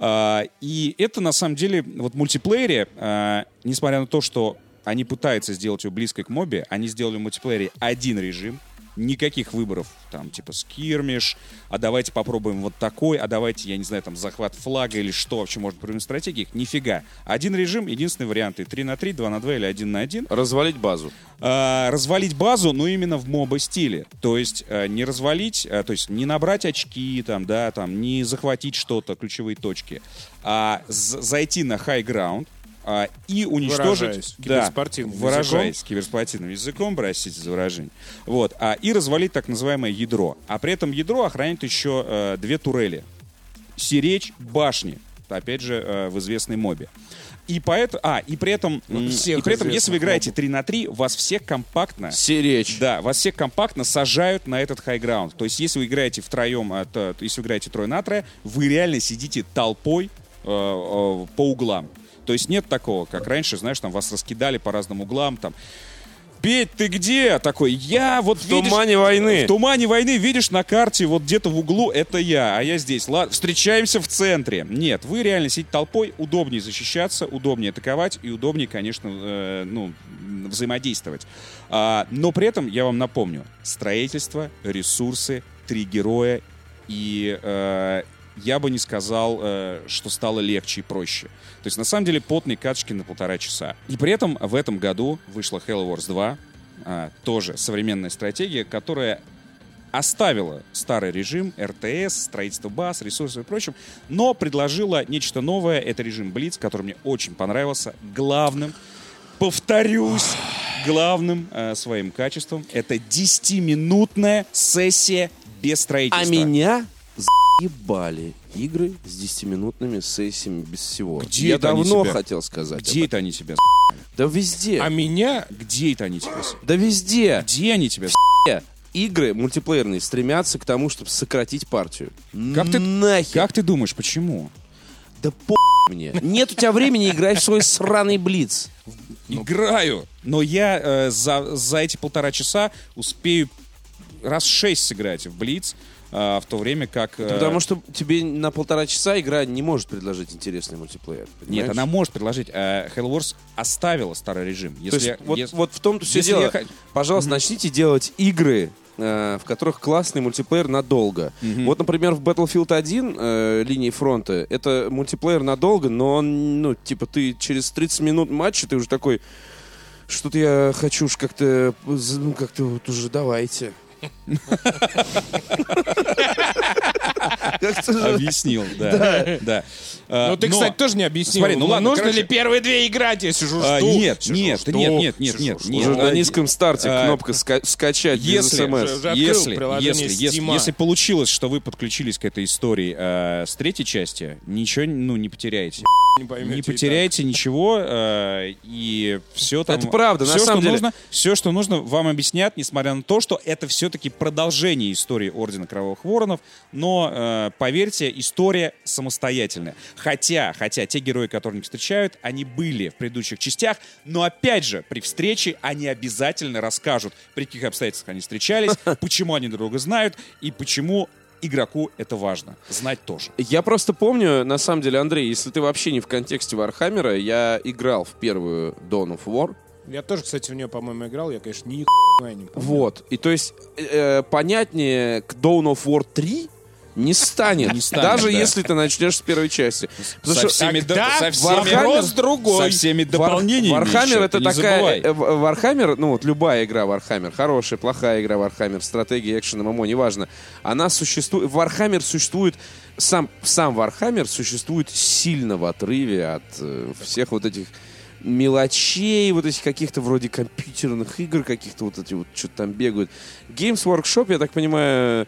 А, и это на самом деле, вот в мультиплеере, а, несмотря на то, что они пытаются сделать его близко к мобе, они сделали в мультиплеере один режим, никаких выборов, там, типа, скирмиш, а давайте попробуем вот такой, а давайте, я не знаю, там, захват флага или что вообще может быть стратегии, нифига. Один режим, единственный варианты 3 на 3, 2 на 2 или 1 на 1
Развалить базу.
а, развалить базу, но именно в моба стиле. То есть э, не развалить, э, то есть не набрать очки, там, да, там, не захватить что-то, ключевые точки, а з- зайти на high ground а, и уничтожить,
Выражаясь киберспортивным языком.
выражаясь киберспортивным языком, простите за выражение, вот, а, и развалить так называемое ядро. А при этом ядро охранит еще э, две турели сиречь башни. Опять же, э, в известной мобе. И поэтому, а, и при этом, м,
всех
и при этом, если вы
известных
играете 3 на 3, вас всех компактно
Серечь.
да, вас всех компактно сажают на этот хайграунд. То есть, если вы играете втроем, а, то- то если вы играете трое на трое, вы реально сидите толпой э, э, по углам. То есть нет такого, как раньше, знаешь, там вас раскидали по разным углам, там. Петь, ты где? Такой, я вот в
тумане войны».
В тумане войны видишь на карте, вот где-то в углу это я, а я здесь. Ладно, встречаемся в центре. Нет, вы реально сидите толпой, удобнее защищаться, удобнее атаковать и удобнее, конечно, э, ну, взаимодействовать. А, но при этом, я вам напомню, строительство, ресурсы, три героя и... э, я бы не сказал, э, что стало легче и проще. То есть, на самом деле, потные каточки на полтора часа. И при этом в этом году вышла Halo Wars 2, а, тоже современная стратегия, которая оставила старый режим, РТС, строительство баз, ресурсы и прочим, но предложила нечто новое. Это режим Блиц, который мне очень понравился. Главным, повторюсь, главным э, своим качеством это 10-минутная сессия без
А
строительства.
меня заебали игры с 10-минутными сессиями без всего.
Где
Я
это они
давно
тебя?
хотел сказать.
Где
об
это они тебя
этом. Да везде.
А меня
Где это они тебя с***?
Да везде.
Где они тебя с***?
Везде. Игры мультиплеерные стремятся к тому, чтобы сократить партию.
Как ты-
Нахер.
Как ты думаешь, почему?
Да по мне. Нет у тебя времени играть в свой сраный блиц.
Играю! Но я э, за, за эти полтора часа успею раз шесть сыграть в Блиц, э, в то время как... э,
Потому что тебе на полтора часа игра не может предложить интересный мультиплеер.
Нет,
понимаешь?
она может предложить. э, Halo Wars оставила старый режим.
То
Если,
есть вот,
если-
вот в том-то все
если
дело.
я хо-
Пожалуйста, начните делать игры, э, в которых классный мультиплеер надолго. Вот, например, в Battlefield 1 э, линии фронта это мультиплеер надолго, но он, ну, типа, ты через 30 минут матча, ты уже такой, что-то я хочу уж как-то, ну, как-то вот уже давайте. Как-то же- А, [laughs]
Объяснил, да. да. Э,
Ну,
Но Ну, ты,
но-
кстати, тоже не объяснил.
Смотри, ну ладно,
нужно
короче.
ли первые две играть? Я сижу,
А,
жду.
нет,
сижу,
нет,
жду,
нет, нет, нет,
сижу,
нет,
жду.
нет.
Уже на
э,
низком старте
э,
кнопка ска- скачать без
если,
СМС.
уже открыл
если,
приложение
если, если,
Steam'а.
если получилось, что вы подключились к этой истории э, с третьей части, ничего ну, не потеряете.
Не
Не
поймете и
потеряете ничего, э, и все там...
Это правда, на
всё,
самом
что
деле.
Нужно, все, что нужно, вам объяснят, несмотря на то, что это все-таки продолжение истории Ордена Кровавых Воронов, но, э, поверьте, история самостоятельная. Хотя, хотя те герои, которые они встречают, они были в предыдущих частях, но, опять же, при встрече они обязательно расскажут, при каких обстоятельствах
[laughs]
они встречались, почему они друг друга знают и почему игроку это важно. Знать тоже.
Я просто помню, на самом деле, Андрей, если ты вообще не в контексте Вархаммера, я играл в первую Dawn of War.
так. Я тоже, кстати, в нее, по-моему, играл. Я, конечно, ни хуя не помню.
Вот. И то есть э, э, понятнее к Dawn of War 3 не станет.
Не станет,
даже
да.
если ты начнешь с первой части. Потому
Со
что
всеми до-
Тогда
со всеми-
Вархаммер с другой.
Со всеми
Вар-
дополнениями
Вархаммер
еще,
это
ты не
такая...
забывай.
э, в- Вархаммер, ну вот любая игра Вархаммер, хорошая, плохая игра Вархаммер, стратегия, экшен, ММО, неважно. Она существует... Вархаммер существует... Сам, сам Вархаммер существует сильно в отрыве от э, всех вот этих мелочей, вот этих каких-то вроде компьютерных игр, каких-то вот эти вот что-то там бегают. Games Workshop, я так понимаю,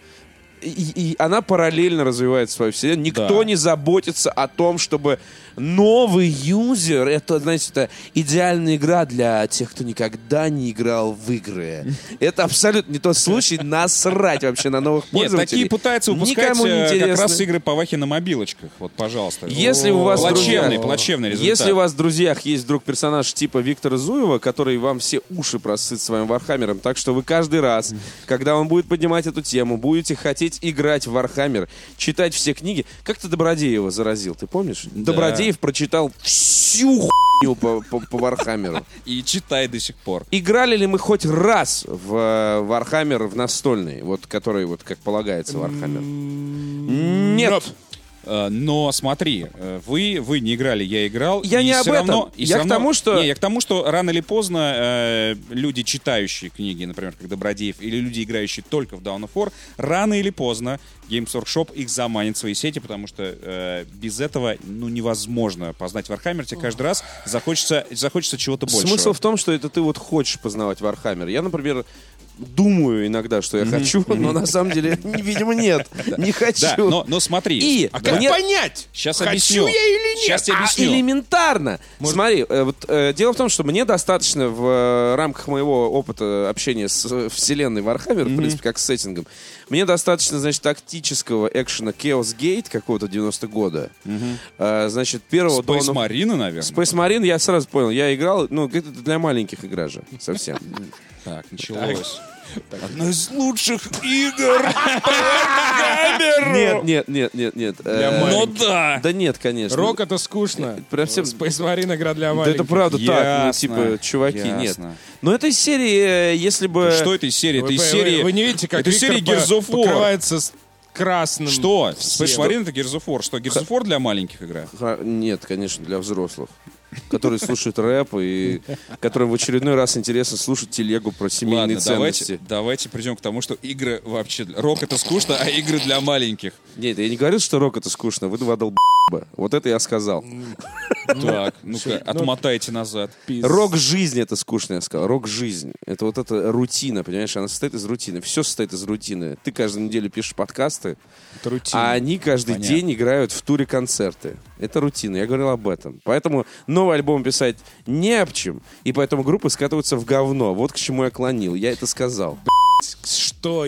и, и она параллельно развивает свою вселенную. Никто
Да.
не заботится о том, чтобы новый юзер, это, знаете, это идеальная игра для тех, кто никогда не играл в
[laughs]
игры. Это абсолютно не тот случай насрать вообще на новых
Нет,
пользователей.
такие пытаются выпускать
Никому не
э, как
интересно.
раз игры Павахи на мобилочках. Вот, пожалуйста.
Если у
О,
вас,
плачевный,
друзья,
плачевный результат.
если у вас в друзьях есть вдруг персонаж типа Виктора Зуева, который вам все уши просыт своим Вархаммером, так что вы каждый раз, когда он будет поднимать эту тему, будете хотеть играть в Вархаммер, читать все книги. Как ты Добродеева заразил, ты помнишь? Добродеев прочитал всю хуйню по, по- по Вархаммеру.
И читай до сих пор.
Играли ли мы хоть раз в э, Вархаммер в настольный, вот который вот как полагается Вархаммер?
М-м-м,
Нет.
Э, Но смотри, э, вы, вы не играли, я играл.
Я
и
не
всё
об этом.
равно- и
Я
всё
к
равно-
тому, что-
Не, я к тому, что рано или поздно э, люди, читающие книги, например, как Добродеев, или люди, играющие только в Down of War, рано или поздно Games Workshop их заманит в свои сети, потому что э, без этого ну, невозможно познать Вархаммер. Тебе каждый раз захочется, захочется чего-то большего.
Смысл в том, что это ты вот хочешь познавать Вархаммер. Я, например, думаю иногда, что я хочу, но на самом
[laughs]
деле, [laughs] видимо, нет. Не
Да,
хочу.
но, но смотри.
И
А
Да.
как
Мне-
понять,
Сейчас
хочу
объясню.
я или нет?
Сейчас тебе
А,
объясню.
элементарно. Смотри, э, вот, э, дело в том, что мне достаточно в э, рамках моего опыта общения с э, вселенной Вархаммер, в принципе, как с сеттингом, мне достаточно, значит, тактического экшена Chaos Gate какого-то 90 года. Э, значит, первого
Space
Dawn of
Marine, наверное.
Space Marine я сразу понял, я играл, ну, это для маленьких игра же, совсем.
Так, началось.
Одна из лучших игр.
Нет, нет, нет, нет, нет. Э,
маленьких.
Ну да.
Да нет, конечно.
Рок это [laughs] скучно.
Прям всем-
Space Marine игра для
Да это
маленьких.
правда так, ну,
Ясно,
типа, чуваки, нет.
ясно.
Но это из серии, э, если бы...
Что это из серии? Это
Вы-
из
вы-
серии...
Вы не видите, как
Это из серии
Виктор
Gears of
по-
War.
покрывается с красным.
Что?
Все.
Space Marine это Gears of War. Что, Gears of War для маленьких игра?
Ха- Нет, конечно, для взрослых. Которые слушают рэп и которым в очередной раз интересно слушать телегу про семейные
Ладно, давайте,
ценности.
давайте придем к тому, что игры вообще... для- Рок это скучно, а игры для маленьких.
Нет, я не говорил, что рок это скучно, вы два долб***ба. Вот это я сказал.
Так, ну-ка,
Ну,
отмотайте назад.
Рок жизни это скучно, я сказал. Рок жизнь. Это вот эта рутина, понимаешь? Она состоит из рутины. Все состоит из рутины. Ты каждую неделю пишешь подкасты, а они каждый
Понятно.
день играют в туре концерты. Это рутина. Я говорил об этом. Поэтому новый альбом писать не об чем. И поэтому группы скатываются в говно. Вот к чему я клонил. Я это сказал.
Что?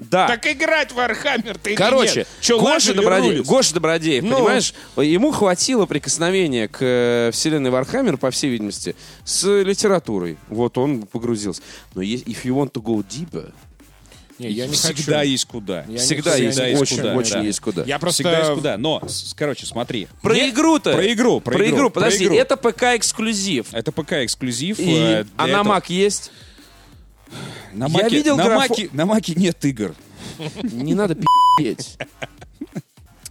Да.
Так играть в Вархаммер ты
Короче,
что,
Гоша, Добродеев, Гоша Добродеев,
Ну.
понимаешь, ему хватило прикосновения к э, вселенной Вархаммер, по всей видимости, с литературой. Вот он погрузился. Но е- if you want to go deeper,
Не, я не хочу.
Всегда есть куда.
Я не
всегда
хочу, я
есть,
не
есть
очень,
куда,
очень
да.
есть куда.
Я просто...
Всегда есть куда. Но, с- короче, смотри.
Про
Не-
игру-то.
Про игру, про, игру. про
подожди,
игру.
это ПК-эксклюзив.
Это ПК-эксклюзив.
И-
э, для
А на
этого-
Mac есть?
На
Я
Маке,
видел
на
графо-
Маке- на Маке нет игр. [laughs]
Не надо пи***ть.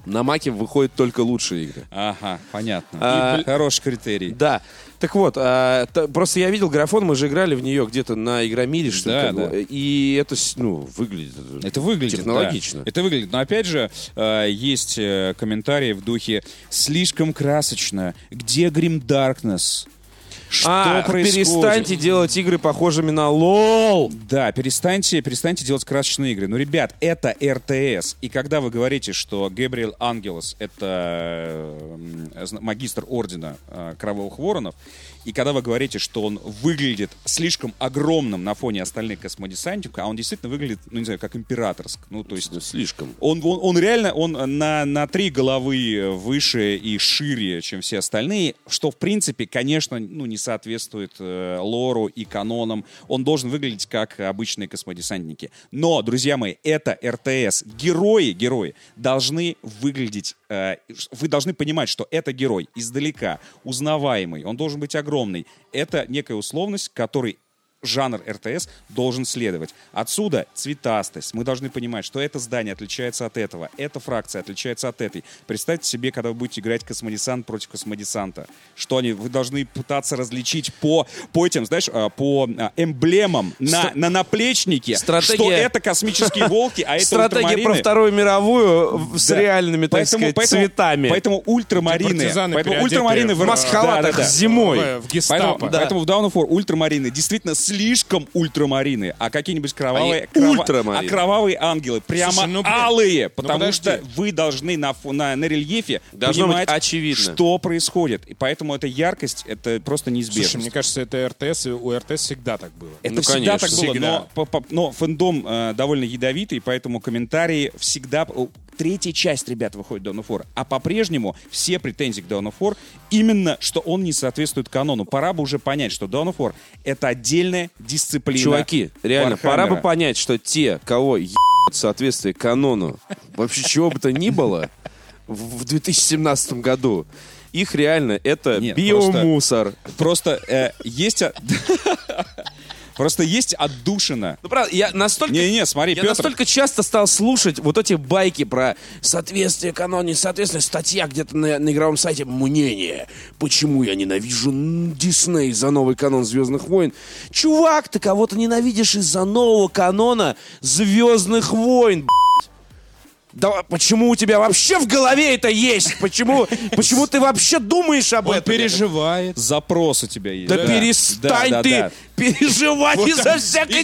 На маке выходят только лучшие игры.
Ага, понятно.
А,
И, Хороший критерий.
Да. Так вот, а, та- просто я видел графон, мы же играли в нее где-то на Игромире, что ли,
Да,
как бы.
да.
и это, с- ну, выглядит...
Это выглядит.
Технологично.
да. Это выглядит. Но опять же, э, есть э, комментарии в духе «Слишком красочно. Где Grim Darkness?» Что
А,
происходит?
перестаньте делать игры похожими на лол.
Да, перестаньте, перестаньте делать красочные игры. Ну, ребят, это РТС. И когда вы говорите, что Гэбриэл Ангелос — это м, зна- магистр ордена э, Кровавых Воронов, и когда вы говорите, что он выглядит слишком огромным на фоне остальных космодесантников, а он действительно выглядит, ну, не знаю, как императорск. Ну, то есть
Слишком.
он, он, он реально, он на, на три головы выше и шире, чем все остальные, что, в принципе, конечно, ну, не соответствует э, лору и канонам. Он должен выглядеть как обычные космодесантники. Но, друзья мои, это РТС. Герои, герои должны выглядеть... э, вы должны понимать, что это герой издалека, узнаваемый, он должен быть огромный. Это некая условность, которой жанр РТС должен следовать. Отсюда цветастость. Мы должны понимать, что это здание отличается от этого, эта фракция отличается от этой. Представьте себе, когда вы будете играть космодесант против космодесанта, что они, вы должны пытаться различить по, по этим, знаешь, а, по а, эмблемам на, на наплечнике,
Стратегия-
что это космические волки,
[laughs]
а это
Стратегия про
ультрамарины.
Вторую мировую в- с
Да.
реальными, так
Поэтому-
сказать,
поэтому-
цветами.
Поэтому ультрамарины,
Типа партизаны
поэтому
переодетые
ультрамарины
в
выр-
маскхалатах
Да-да-да.
зимой.
В, в
Поэтому,
гестапо.
да.
поэтому в Down of War ультрамарины действительно слишком ультрамарины, а какие-нибудь кровавые,
Они ультрамарины.
а кровавые ангелы прямо
Слушай, ну, блин,
алые, потому
подожди.
что вы должны на, фо- на, на рельефе
Должно
понимать,
быть очевидно.
что происходит, и поэтому эта яркость это просто неизбежно.
Слушай, мне кажется, это РТС, и у РТС всегда так было.
Это
Ну,
всегда
конечно.
так было,
Всегда.
Но, по- по- но фэндом э, довольно ядовитый, поэтому комментарии всегда... о, Третья часть, ребят, выходит Dawn of War, а по-прежнему все претензии к Dawn of War именно, что он не соответствует канону. Пора бы уже понять, что Dawn of War — это отдельная дисциплина.
Чуваки, а, реально, пора бы
Вархаммера.
понять, что те, кого ебут в соответствии канону, вообще чего бы то ни было, в в 2017 году, их реально это
Нет,
биомусор.
Просто э, есть... о- [laughs] Просто есть отдушина.
Ну, правда, я настолько...
Не-не, смотри,
я
Петр.
настолько часто стал слушать вот эти байки про соответствие канону, несоответствие, статья где-то на, на игровом сайте «Мнение. Почему я ненавижу м, Дисней за новый канон «Звездных войн»?» Чувак, ты кого-то ненавидишь из-за нового канона «Звездных войн», б***ь. да, почему у тебя вообще в голове это есть? Почему, почему ты вообще думаешь об
Он
этом?
переживает.
Запрос у тебя есть.
Да, перестань
Да, да,
ты
да.
переживать
Вот
из-за
так.
всякой
И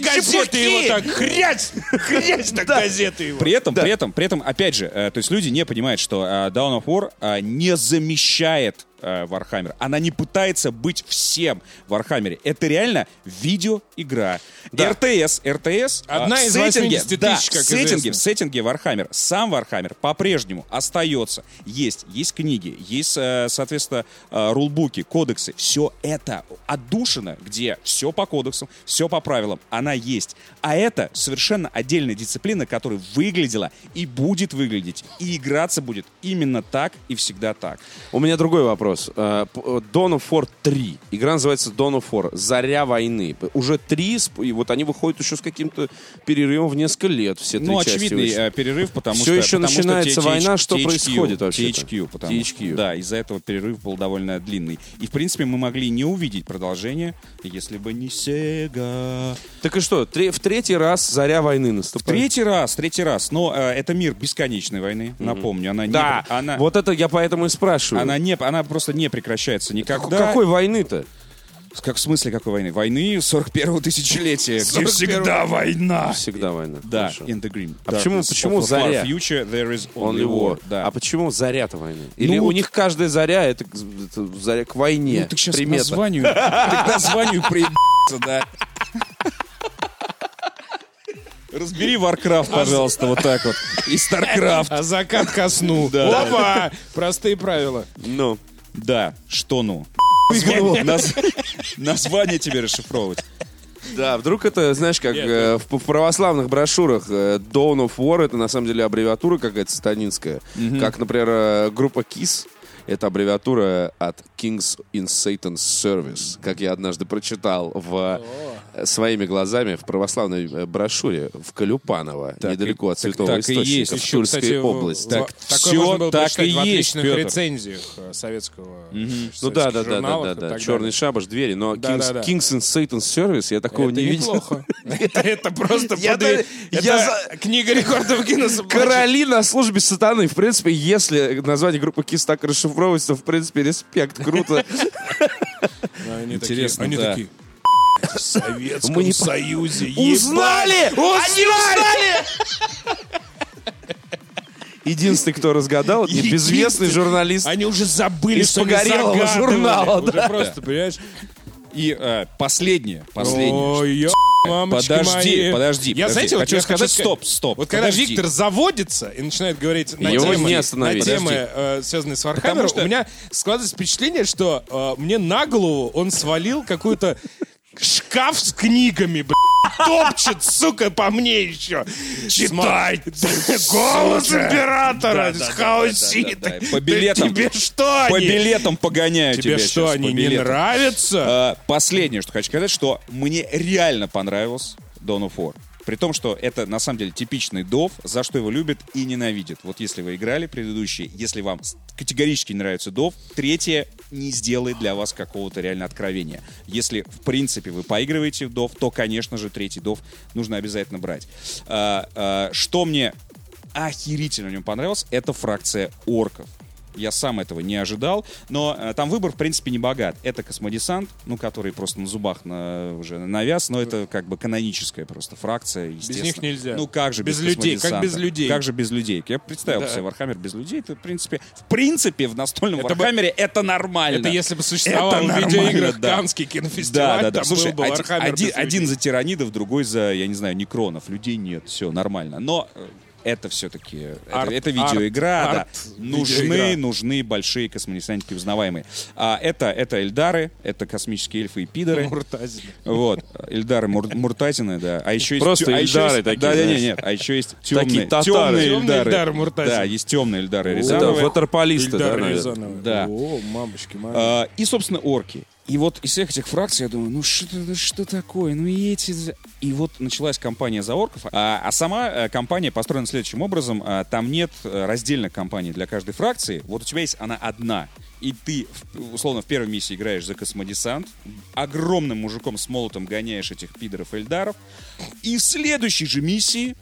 чепухи.
газеты его так, хрясь, хрясь, так
Да.
газеты его.
При этом, при этом, при этом, опять же, э, то есть люди не понимают, что э, Dawn of War э, не замещает э, Warhammer. Она не пытается быть всем в Warhammer. Это реально видеоигра.
Да.
РТС, РТС. э,
Одна
в
из 80
да,
тысяч, как
в сеттинге,
известно.
в сеттинге Warhammer. Сам Warhammer по-прежнему остается. Есть, есть книги, есть, э, соответственно, э, рулбуки, кодексы. Все это отдушина, где все по кодексам, все по правилам. Она есть. А это совершенно отдельная дисциплина, которая выглядела и будет выглядеть. И играться будет именно так и всегда так.
У меня другой вопрос. Э, п- э, Dawn of War 3. Игра называется Dawn of War. Заря войны. П- Уже три, сп- и вот они выходят еще с каким-то перерывом в несколько лет. Все три
Ну,
части
очевидный
вышли.
э, перерыв, потому
Всё
что...
еще
потому что
начинается
THQ
война, что
THQ,
происходит вообще-то?
THQ, потому
THQ.
что, да, из-за этого перерыв был довольно длинный. И, в принципе, мы могли не увидеть продолжение, если бы не Sega.
Так и что, тре- в третий раз заря войны наступает?
Третий раз, третий раз. Но э, это мир бесконечной войны, напомню. Она
Да,
не... Она,
вот это я поэтому и спрашиваю.
она, не, она просто не прекращается
Как-
никогда.
Какой войны-то?
Как, в смысле какой войны? Войны 41-го тысячелетия, где
41-го.
всегда война.
Всегда война.
Да,
Хорошо.
in the green.
А почему-
darkness
почему
of a far
заря?
future, there is
Only
only war.
war.
Да.
А почему заря-то войны? Или
Ну,
у
вот-
них каждая заря это, к- это заря к войне.
Ну, так сейчас
примета.
названию, так названию приебаться, да. Разбери Warcraft, пожалуйста, вот так вот. И StarCraft.
А закат
[laughs]
ко сну.
Да.
Опа! Простые правила.
Ну.
Да, что ну? Наз- Название тебе расшифровывать.
Да, вдруг это, знаешь, как э, в, в православных брошюрах э, Dawn of War это на самом деле аббревиатура какая-то сатанинская. Как, например, э, группа KISS. Это аббревиатура от Kings in Satan's Service, как я однажды прочитал в э, э, своими глазами в православной э, брошюре в Колюпаново, недалеко от Святого
так и
Источника,
есть.
в
Еще,
Тульской
Кстати, в-
области.
в-
Так,
такое
всё
можно было
так и
прочитать в
есть,
отличных
Пётр.
рецензиях э, советского
Ну
советских
да, да, да, да,
журналов
да,
и так
да.
далее.
Черный шабаш, двери, но
Да, да, да.
Kings, Kings and Satan's Service я такого
Это
не [laughs] видел.
неплохо. Это это просто
Я
подвиг-
даже- я
это книга рекордов Гиннесса.
Короли на службе сатаны. В принципе, если название группы Kiss так расшифровывается, то, в принципе, респект.
[laughs]
Круто.
Они
Интересно,
такие, они
да.
такие. «В Советском
Мы не по-
Союзе
Узнали! Они узнали! [laughs] Единственный, кто разгадал, это безвестный журналист.
Они уже забыли,
Из
что они
погорелого
загадывали.
журнала,
Уже
да.
просто, понимаешь?
И э, последнее, последнее.
Ой, ё- мамочки
Подожди,
мои.
подожди,
Я,
подожди.
знаете, вот
Хочу
я
сказать,
сказать-
стоп, стоп,
Вот когда
подожди.
Виктор заводится и начинает говорить на
Его
темы,
не
на
остановить.
темы
Подожди.
э, связанные с Вархаммером,
что-
у меня складывается впечатление, что э, мне на голову он свалил какую-то шкаф с книгами, блядь. Топчет, сука, по мне еще. Читай. Голос императора. Хаосит.
да, да, да. По билетам.
Тебе что
По
они?
билетам погоняю
Тебе
тебя
что,
щас,
они
по
не
билетам.
нравятся?
Э, Последнее, что хочу сказать, что мне реально понравился Dawn of War. При том, что это на самом деле типичный дов, за что его любят и ненавидят. Вот если вы играли предыдущие, если вам с- категорически не нравится дов, третье не сделает для вас какого-то реально откровения. Если, в принципе, вы поигрываете в дов, то, конечно же, третий дов нужно обязательно брать. Э, э, Что мне охерительно в нем понравилось, это фракция орков. Я сам этого не ожидал, но э, там выбор, в принципе, не богат. Это космодесант, ну, который просто на зубах на, уже навяз, но это как бы каноническая просто фракция, естественно.
них нельзя.
Ну, как же без,
Без людей, как
космодесанта?
без людей?
Как же без людей? Я представил
Да.
себе Вархаммер без людей, это, в принципе, в принципе, в настольном
Это бы-
Вархаммере это нормально.
Это если бы существовал
Это
в
нормально,
видеоиграх
да.
Каннский кинофестиваль,
Да, да, да.
там
Слушай,
был бы
один-
Вархаммер
один-
без
один
[laughs] людей.
за тиранидов, другой за, я не знаю, некронов. Людей нет, все нормально. Но э, это все-таки
Арт,
это, это видеоигра,
арт,
да.
арт,
нужны,
видеоигра.
нужны большие космодесантники узнаваемые. А это, это эльдары, это космические эльфы и пидоры.
Муртазин.
Вот, эльдары Мур- Муртазины, да. А еще есть
Просто
тё- а еще
эльдары
есть-
такие,
Да, да,
знаешь.
нет, нет. А еще есть
Такие
темные,
татары.
темные
Тёмные
эльдары.
эльдары Муртазин.
Да, есть темные эльдары
Это
Рязановы.
ватерполисты, да,
Ильдар
наверное?
Рязанов.
Да.
О, мамочки, мамочки.
А, И, собственно, орки. И вот из всех этих фракций я думаю, ну что, это- что такое? Ну и эти... за- И вот началась кампания за орков. А, а сама э, кампания построена следующим образом. А, Там нет э, раздельных кампаний для каждой фракции. Вот у тебя есть она одна. И ты, в- условно, в первой миссии играешь за космодесант. Огромным мужиком с молотом гоняешь этих пидоров-эльдаров. И в следующей же миссии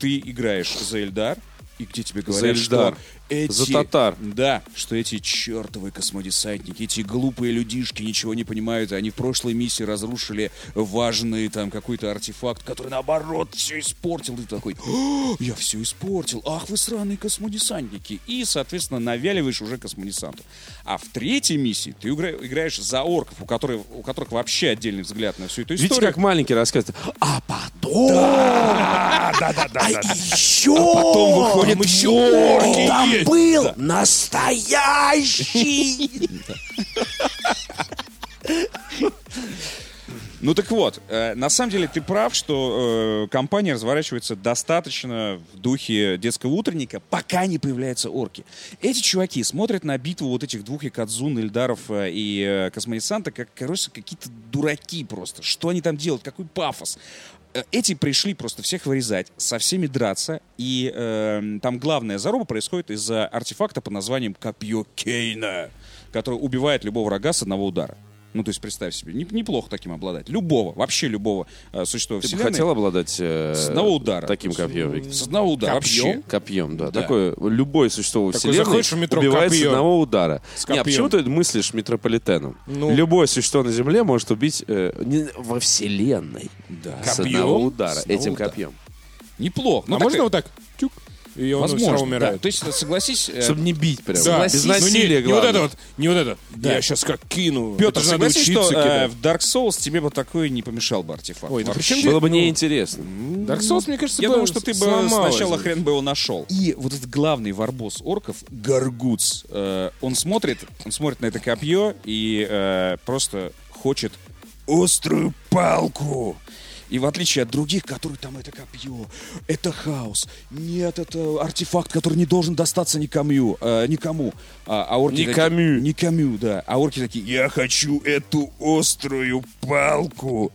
ты играешь за Эльдар. И где тебе говорят,
Эльдар.
что эти...
За татар.
Да, что эти чертовы космодесантники, эти глупые людишки ничего не понимают, и они в прошлой миссии разрушили важный там какой-то артефакт, который наоборот все испортил. И ты такой, «О, я все испортил, ах вы сраные космодесантники. И, соответственно, навяливаешь уже космодесанту. А в третьей миссии ты игра- играешь за орков, у которых, у которых вообще отдельный взгляд на всю эту историю.
Видите, как маленький рассказывает. А потом... А еще...
потом выходит орки
Там был настоящий...
Ну так вот, э, на самом деле ты прав, что э, компания разворачивается достаточно в духе детского утренника, пока не появляются орки. Эти чуваки смотрят на битву вот этих двух Якадзун, Эльдаров э, и э, Космодесанта, как, короче, какие-то дураки просто. Что они там делают, какой пафос. Э, Эти пришли просто всех вырезать, со всеми драться, и э, там главная заруба происходит из-за артефакта под названием Копье Кейна, который убивает любого врага с одного удара. Ну, то есть, представь себе, не- неплохо таким обладать. Любого, вообще любого э, существа
Ты бы
вселенной.
хотел обладать... э,
С одного удара.
Таким копьем, Виктор?
С одного удара.
Копьем?
Вообще.
Копьем, да.
Да.
Такое любое существо во
Такой
вселенной
заходишь в метро,
убивает
копье.
с одного удара.
С
Не, а
копьем.
почему ты мыслишь метрополитеном?
Ну.
Любое существо на Земле может убить э, не- во вселенной
Да.
с
Копьем?
одного удара,
С одного
этим
удара.
копьем.
Неплохо. Ну,
А
так
можно
и-
вот так? Тюк. И он все
Возможно,
равно
да.
умирает.
То есть, согласись... э,
Чтобы не бить прям.
Да.
Без
Ну, не-
насилия,
не, вот
главное.
это вот, не вот это. Я сейчас как кину.
Петр,
Это же надо
согласись, что
учиться
э,
кидать.
в Dark Souls тебе бы такой не помешал бы артефакт.
Ой, ну
Вообще.
причем
Было бы неинтересно.
ну,
Dark Souls, мне кажется,
э, Я
бы
думаю, что ты бы
сломалось
сначала
бы.
хрен бы его нашел. И вот этот главный варбос орков, Гаргуц, э, он смотрит, он смотрит на это копье и э, просто хочет острую палку. И в отличие от других, которые там это копье, это хаос. Нет, это артефакт, который не должен достаться никому. э, никому. А, а орки такие-
Никому.
никому, да. А орки такие, я хочу эту острую палку.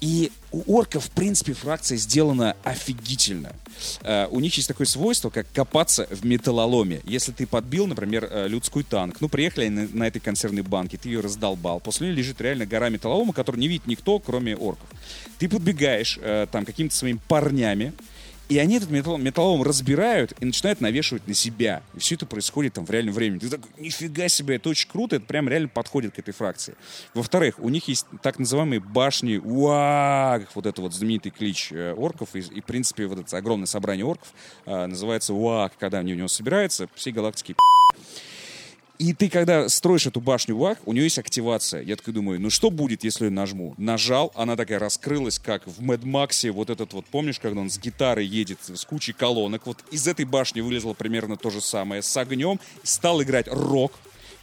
И у орков, в принципе, фракция сделана офигительно. Э, У них есть такое свойство, как копаться в металлоломе. Если ты подбил, например, э, людской танк, ну, приехали они на, на этой консервной банке, ты ее раздолбал, после нее лежит реально гора металлолома, которую не видит никто, кроме орков. Ты подбегаешь э, там какими-то своими парнями, и они этот металл, металлолом разбирают и начинают навешивать на себя. И все это происходит там в реальном времени. Ты такой, нифига себе, это очень круто, это прям реально подходит к этой фракции. Во-вторых, у них есть так называемые башни Уаг, вот это вот знаменитый клич э, орков, и, и, в принципе, вот это огромное собрание орков э, называется Уаг, когда они у него собираются, все галактики и ты, когда строишь эту башню вах, у нее есть активация. Я такой думаю, ну что будет, если я нажму? Нажал, она такая раскрылась, как в Мэд Максе, вот этот вот, помнишь, когда он с гитарой едет, с кучей колонок? Вот из этой башни вылезло примерно то же самое, с огнем, стал играть рок,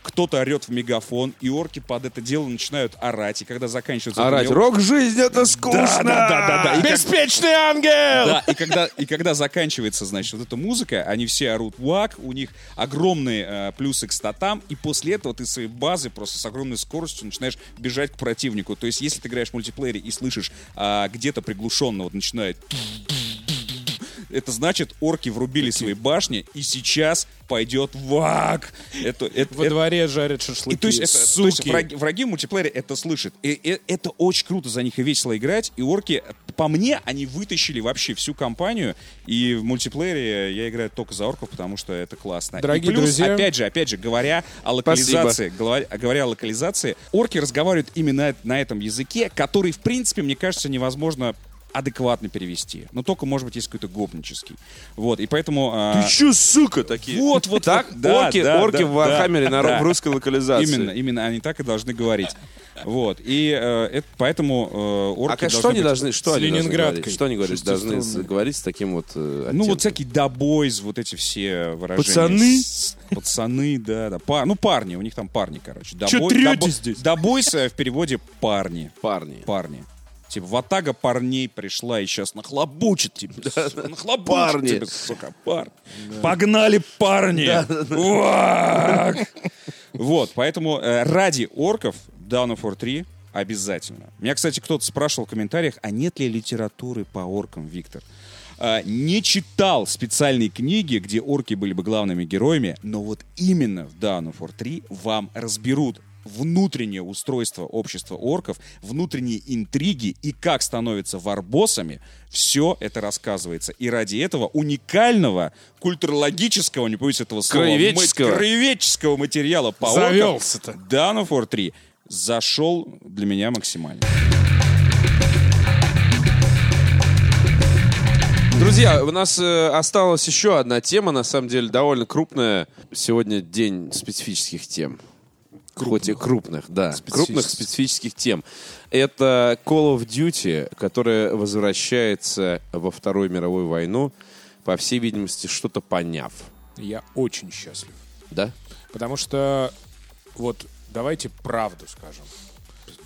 кто-то орет в мегафон, и орки под это дело начинают орать. И когда заканчивается... этот
Орать.
мегафон-
Рок жизнь А это скучно.
Да, да, да, да, да. И как-
Беспечный ангел!
да, и когда, и когда заканчивается, значит, вот эта музыка, они все орут вак, у них огромные э, плюсы к статам, и после этого ты с своей базы просто с огромной скоростью начинаешь бежать к противнику. То есть, если ты играешь в мультиплеере и слышишь а, где-то приглушенно вот начинает это значит, орки врубили свои башни, и сейчас пойдет вак. Это, это,
Во
это-
дворе жарят шашлыки.
и то есть, это, Э, то есть
суки.
враги, враги в мультиплеере это слышат. И, и это очень круто, за них и весело играть. И орки, по мне, они вытащили вообще всю компанию. И в мультиплеере я играю только за орков, потому что это классно. И
Дорогие
плюс,
друзья.
опять же, опять же, говоря о локализации, говоря, говоря о локализации, орки разговаривают именно на этом языке, который, в принципе, мне кажется, невозможно адекватно перевести. Но только, может быть, есть какой-то гопнический. Вот, и поэтому... а,
Чё, сука, такие?
Вот, вот,
так.
вот, да,
орки,
да,
орки
да,
в Вархаммере
да,
на ру-
да.
в русской локализации.
Именно, именно, они так и должны говорить. Вот. И э, это поэтому э, орки
А как-
должны
что они
быть-
должны, что
с
они должны
ленинградкой.
говорить? Что они говорят? Должны с- говорить с таким вот э,
Ну, вот
оттенком.
всякие «дабойз», вот эти все выражения.
Пацаны?
С- Пацаны, да, да. Па- ну, парни, у них там парни, короче. Дабой-
трёте
дабо-
здесь?
«Дабойз», э, в переводе «парни».
парни.
Парни. Типа, ватага парней пришла и сейчас нахлобучит тебя, сука. Нахлобучит
Парни.
тебя, сука, парни. Погнали, парни! Уак! Вот, поэтому э, ради орков Down of War 3 обязательно. Меня, кстати, кто-то спрашивал в комментариях, а нет ли литературы по оркам, Виктор? Э, Не читал специальные книги, где орки были бы главными героями, но вот именно в Down of War 3 вам разберут внутреннее устройство общества орков, внутренние интриги и как становятся варбосами, все это рассказывается. И ради этого уникального культурологического, не боюсь этого слова,
Краеведческого.
мат- краеведческого материала по оркам
Завелся-то.
Dawn of War 3 зашел для меня максимально.
Друзья, у нас э, осталась еще одна тема, на самом деле довольно крупная. Сегодня день специфических тем. Хоть и крупных, да. Крупных специфических тем. Это Call of Duty, которая возвращается во Вторую мировую войну, по всей видимости, что-то поняв.
Я очень счастлив.
Да?
Потому что, вот, давайте правду скажем.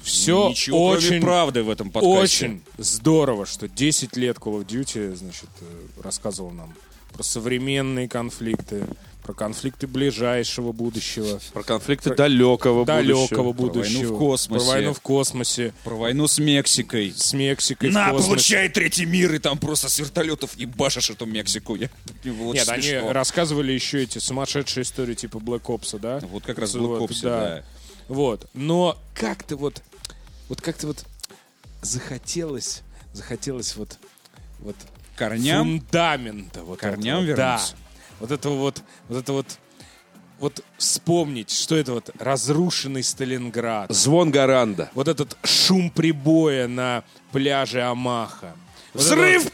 Все
Ничего кроме
очень,
правды в этом подкасте.
очень здорово, что 10 лет Call of Duty, значит, э, рассказывал нам про современные конфликты, про конфликты ближайшего будущего,
Про конфликты далекого,
далекого
будущего.
будущего.
войну в космосе.
Про войну в космосе,
Про войну с Мексикой.
с Мексикой в
На,
космосе.
получай третий мир, и там просто с вертолетов ебашишь эту Мексику. Я- [laughs] мне было очень
Нет, они
смешно.
рассказывали еще эти сумасшедшие истории типа Black Ops, да?
Вот как раз
Вот,
Black Ops, да.
Вот. Но как-то вот, вот как-то вот захотелось, захотелось вот, вот
Корням.
фундамента вот
Корням
этого. Да.
вернуться.
Вот этого вот, вот это вот, вот вспомнить, что это вот разрушенный Сталинград,
Звон Гаранда.
вот этот шум прибоя на пляже Амаха. Вот это
Взрыв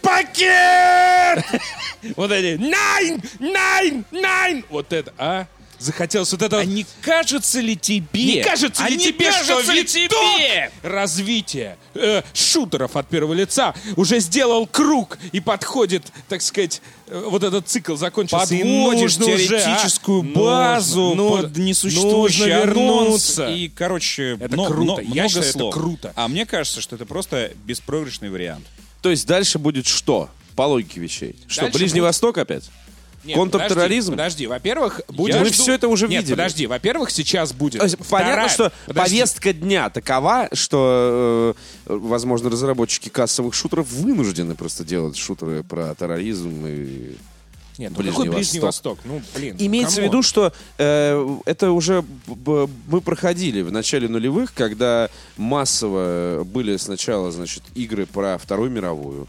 пакет!
Вот, [laughs] вот эти найн, найн, найн. Вот это, а? Захотелось вот это
А
вот
не кажется ли тебе?
Не кажется
а
ли
не
тебе, что
кажется ли
виток
тебе?
развития э, шутеров от первого лица уже сделал круг и подходит, так сказать, э, вот этот цикл закончился. и
подводишь
нужно уже, а?
теоретическую
Нужно,
базу
ну,
под несуществующий
нужно
анонс.
вернуться.
И, короче,
Это
мно-
круто.
мно-
Я
много
считаю, это
слов.
круто.
А мне кажется, что это просто беспроигрышный вариант.
То есть дальше будет что? По логике вещей. Что,
Дальше
Ближний
будет-
Восток опять?
Нет,
Контртерроризм?
Подожди, подожди. во-первых, будет...
Мы всё это уже
Нет,
видели.
подожди, во-первых, сейчас будет...
То есть Понятно,
вторая-
что
Подожди.
повестка дня такова, что, э, возможно, разработчики кассовых шутеров вынуждены просто делать шутеры про терроризм и...
Нет, ну
Ближний
какой Ближний
Восток?
Восток? Ну, блин,
Имеется в
камон.
виду, что э, это уже б- б- мы проходили в начале нулевых, когда массово были сначала, значит, игры про Вторую мировую,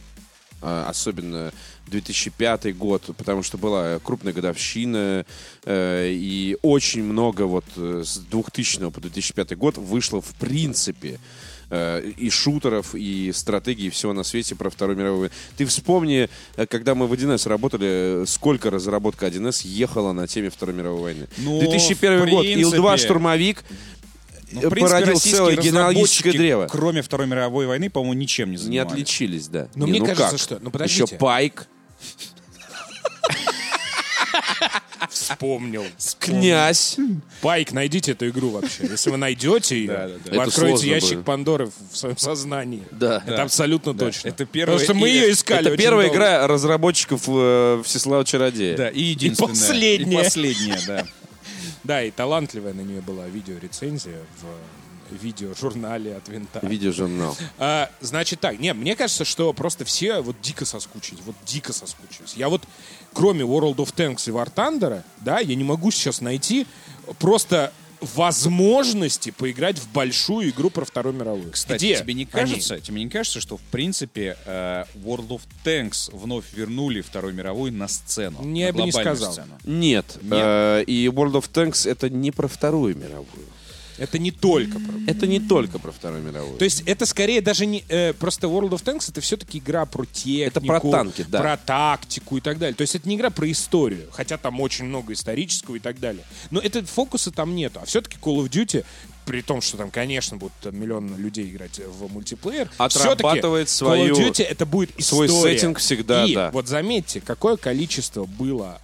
а, особенно 2005 год, потому что была крупная годовщина, э, и очень много вот э, с 2000 по 2005 год вышло в принципе э, и шутеров, и стратегий, и всего на свете про Вторую мировую. войну. Ты вспомни, э, когда мы в 1С работали, э, сколько разработка 1С ехала на теме Второй мировой войны.
Ну,
2001
в
год, Ил-2
принципе.
штурмовик,
Ну,
э,
в принципе,
породил
российские
целое генеалогическое
разработчики,
древо.
Кроме Второй мировой войны, по-моему, ничем не
Не
занимались.
отличились, да.
Ну,
Не,
мне кажется,
как?
что- ну,
Еще
подождите.
Пайк,
Вспомнил.
Князь.
Пайк, найдите эту игру вообще. Если вы найдете ее, вы
Это
откроете
сложно
ящик
было.
Пандоры в своем сознании.
Да.
Это абсолютно точно.
Это первая
Потому что мы
и-
ее искали.
Это
очень
первая
долго.
игра разработчиков э, Всеслава Чародея.
Да, и единственное.
последняя.
И последняя, да.
Да, и талантливая на нее была видеорецензия в э, видеожурнале от винта.
Видеожурнал.
А, значит так, не, мне кажется, что просто все вот дико соскучились, вот дико соскучились. Я вот, кроме World of Tanks и War Thunder, да, я не могу сейчас найти просто возможности поиграть в большую игру про Вторую мировую.
Кстати,
Где
тебе не
они?
кажется, тебе не кажется, что в принципе э, World of Tanks вновь вернули Второй мировой на сцену?
Не,
на
я бы не
глобальную
сказал.
сцену?
Нет. э, и World of Tanks это не про Вторую мировую.
Это не только про...
Это не только про Вторую мировую.
То есть это скорее даже не... э, просто World of Tanks это все-таки игра про технику.
Это про танки, да.
Про тактику и так далее. То есть это не игра про историю, хотя там очень много исторического и так далее. Но это фокуса там нету. А все-таки Call of Duty, при том, что там, конечно, будут миллион людей играть в мультиплеер,
Отрабатывает
всё-таки Call
свою-
of Duty это будет
свой
история.
сеттинг всегда,
и
да.
вот заметьте, какое количество было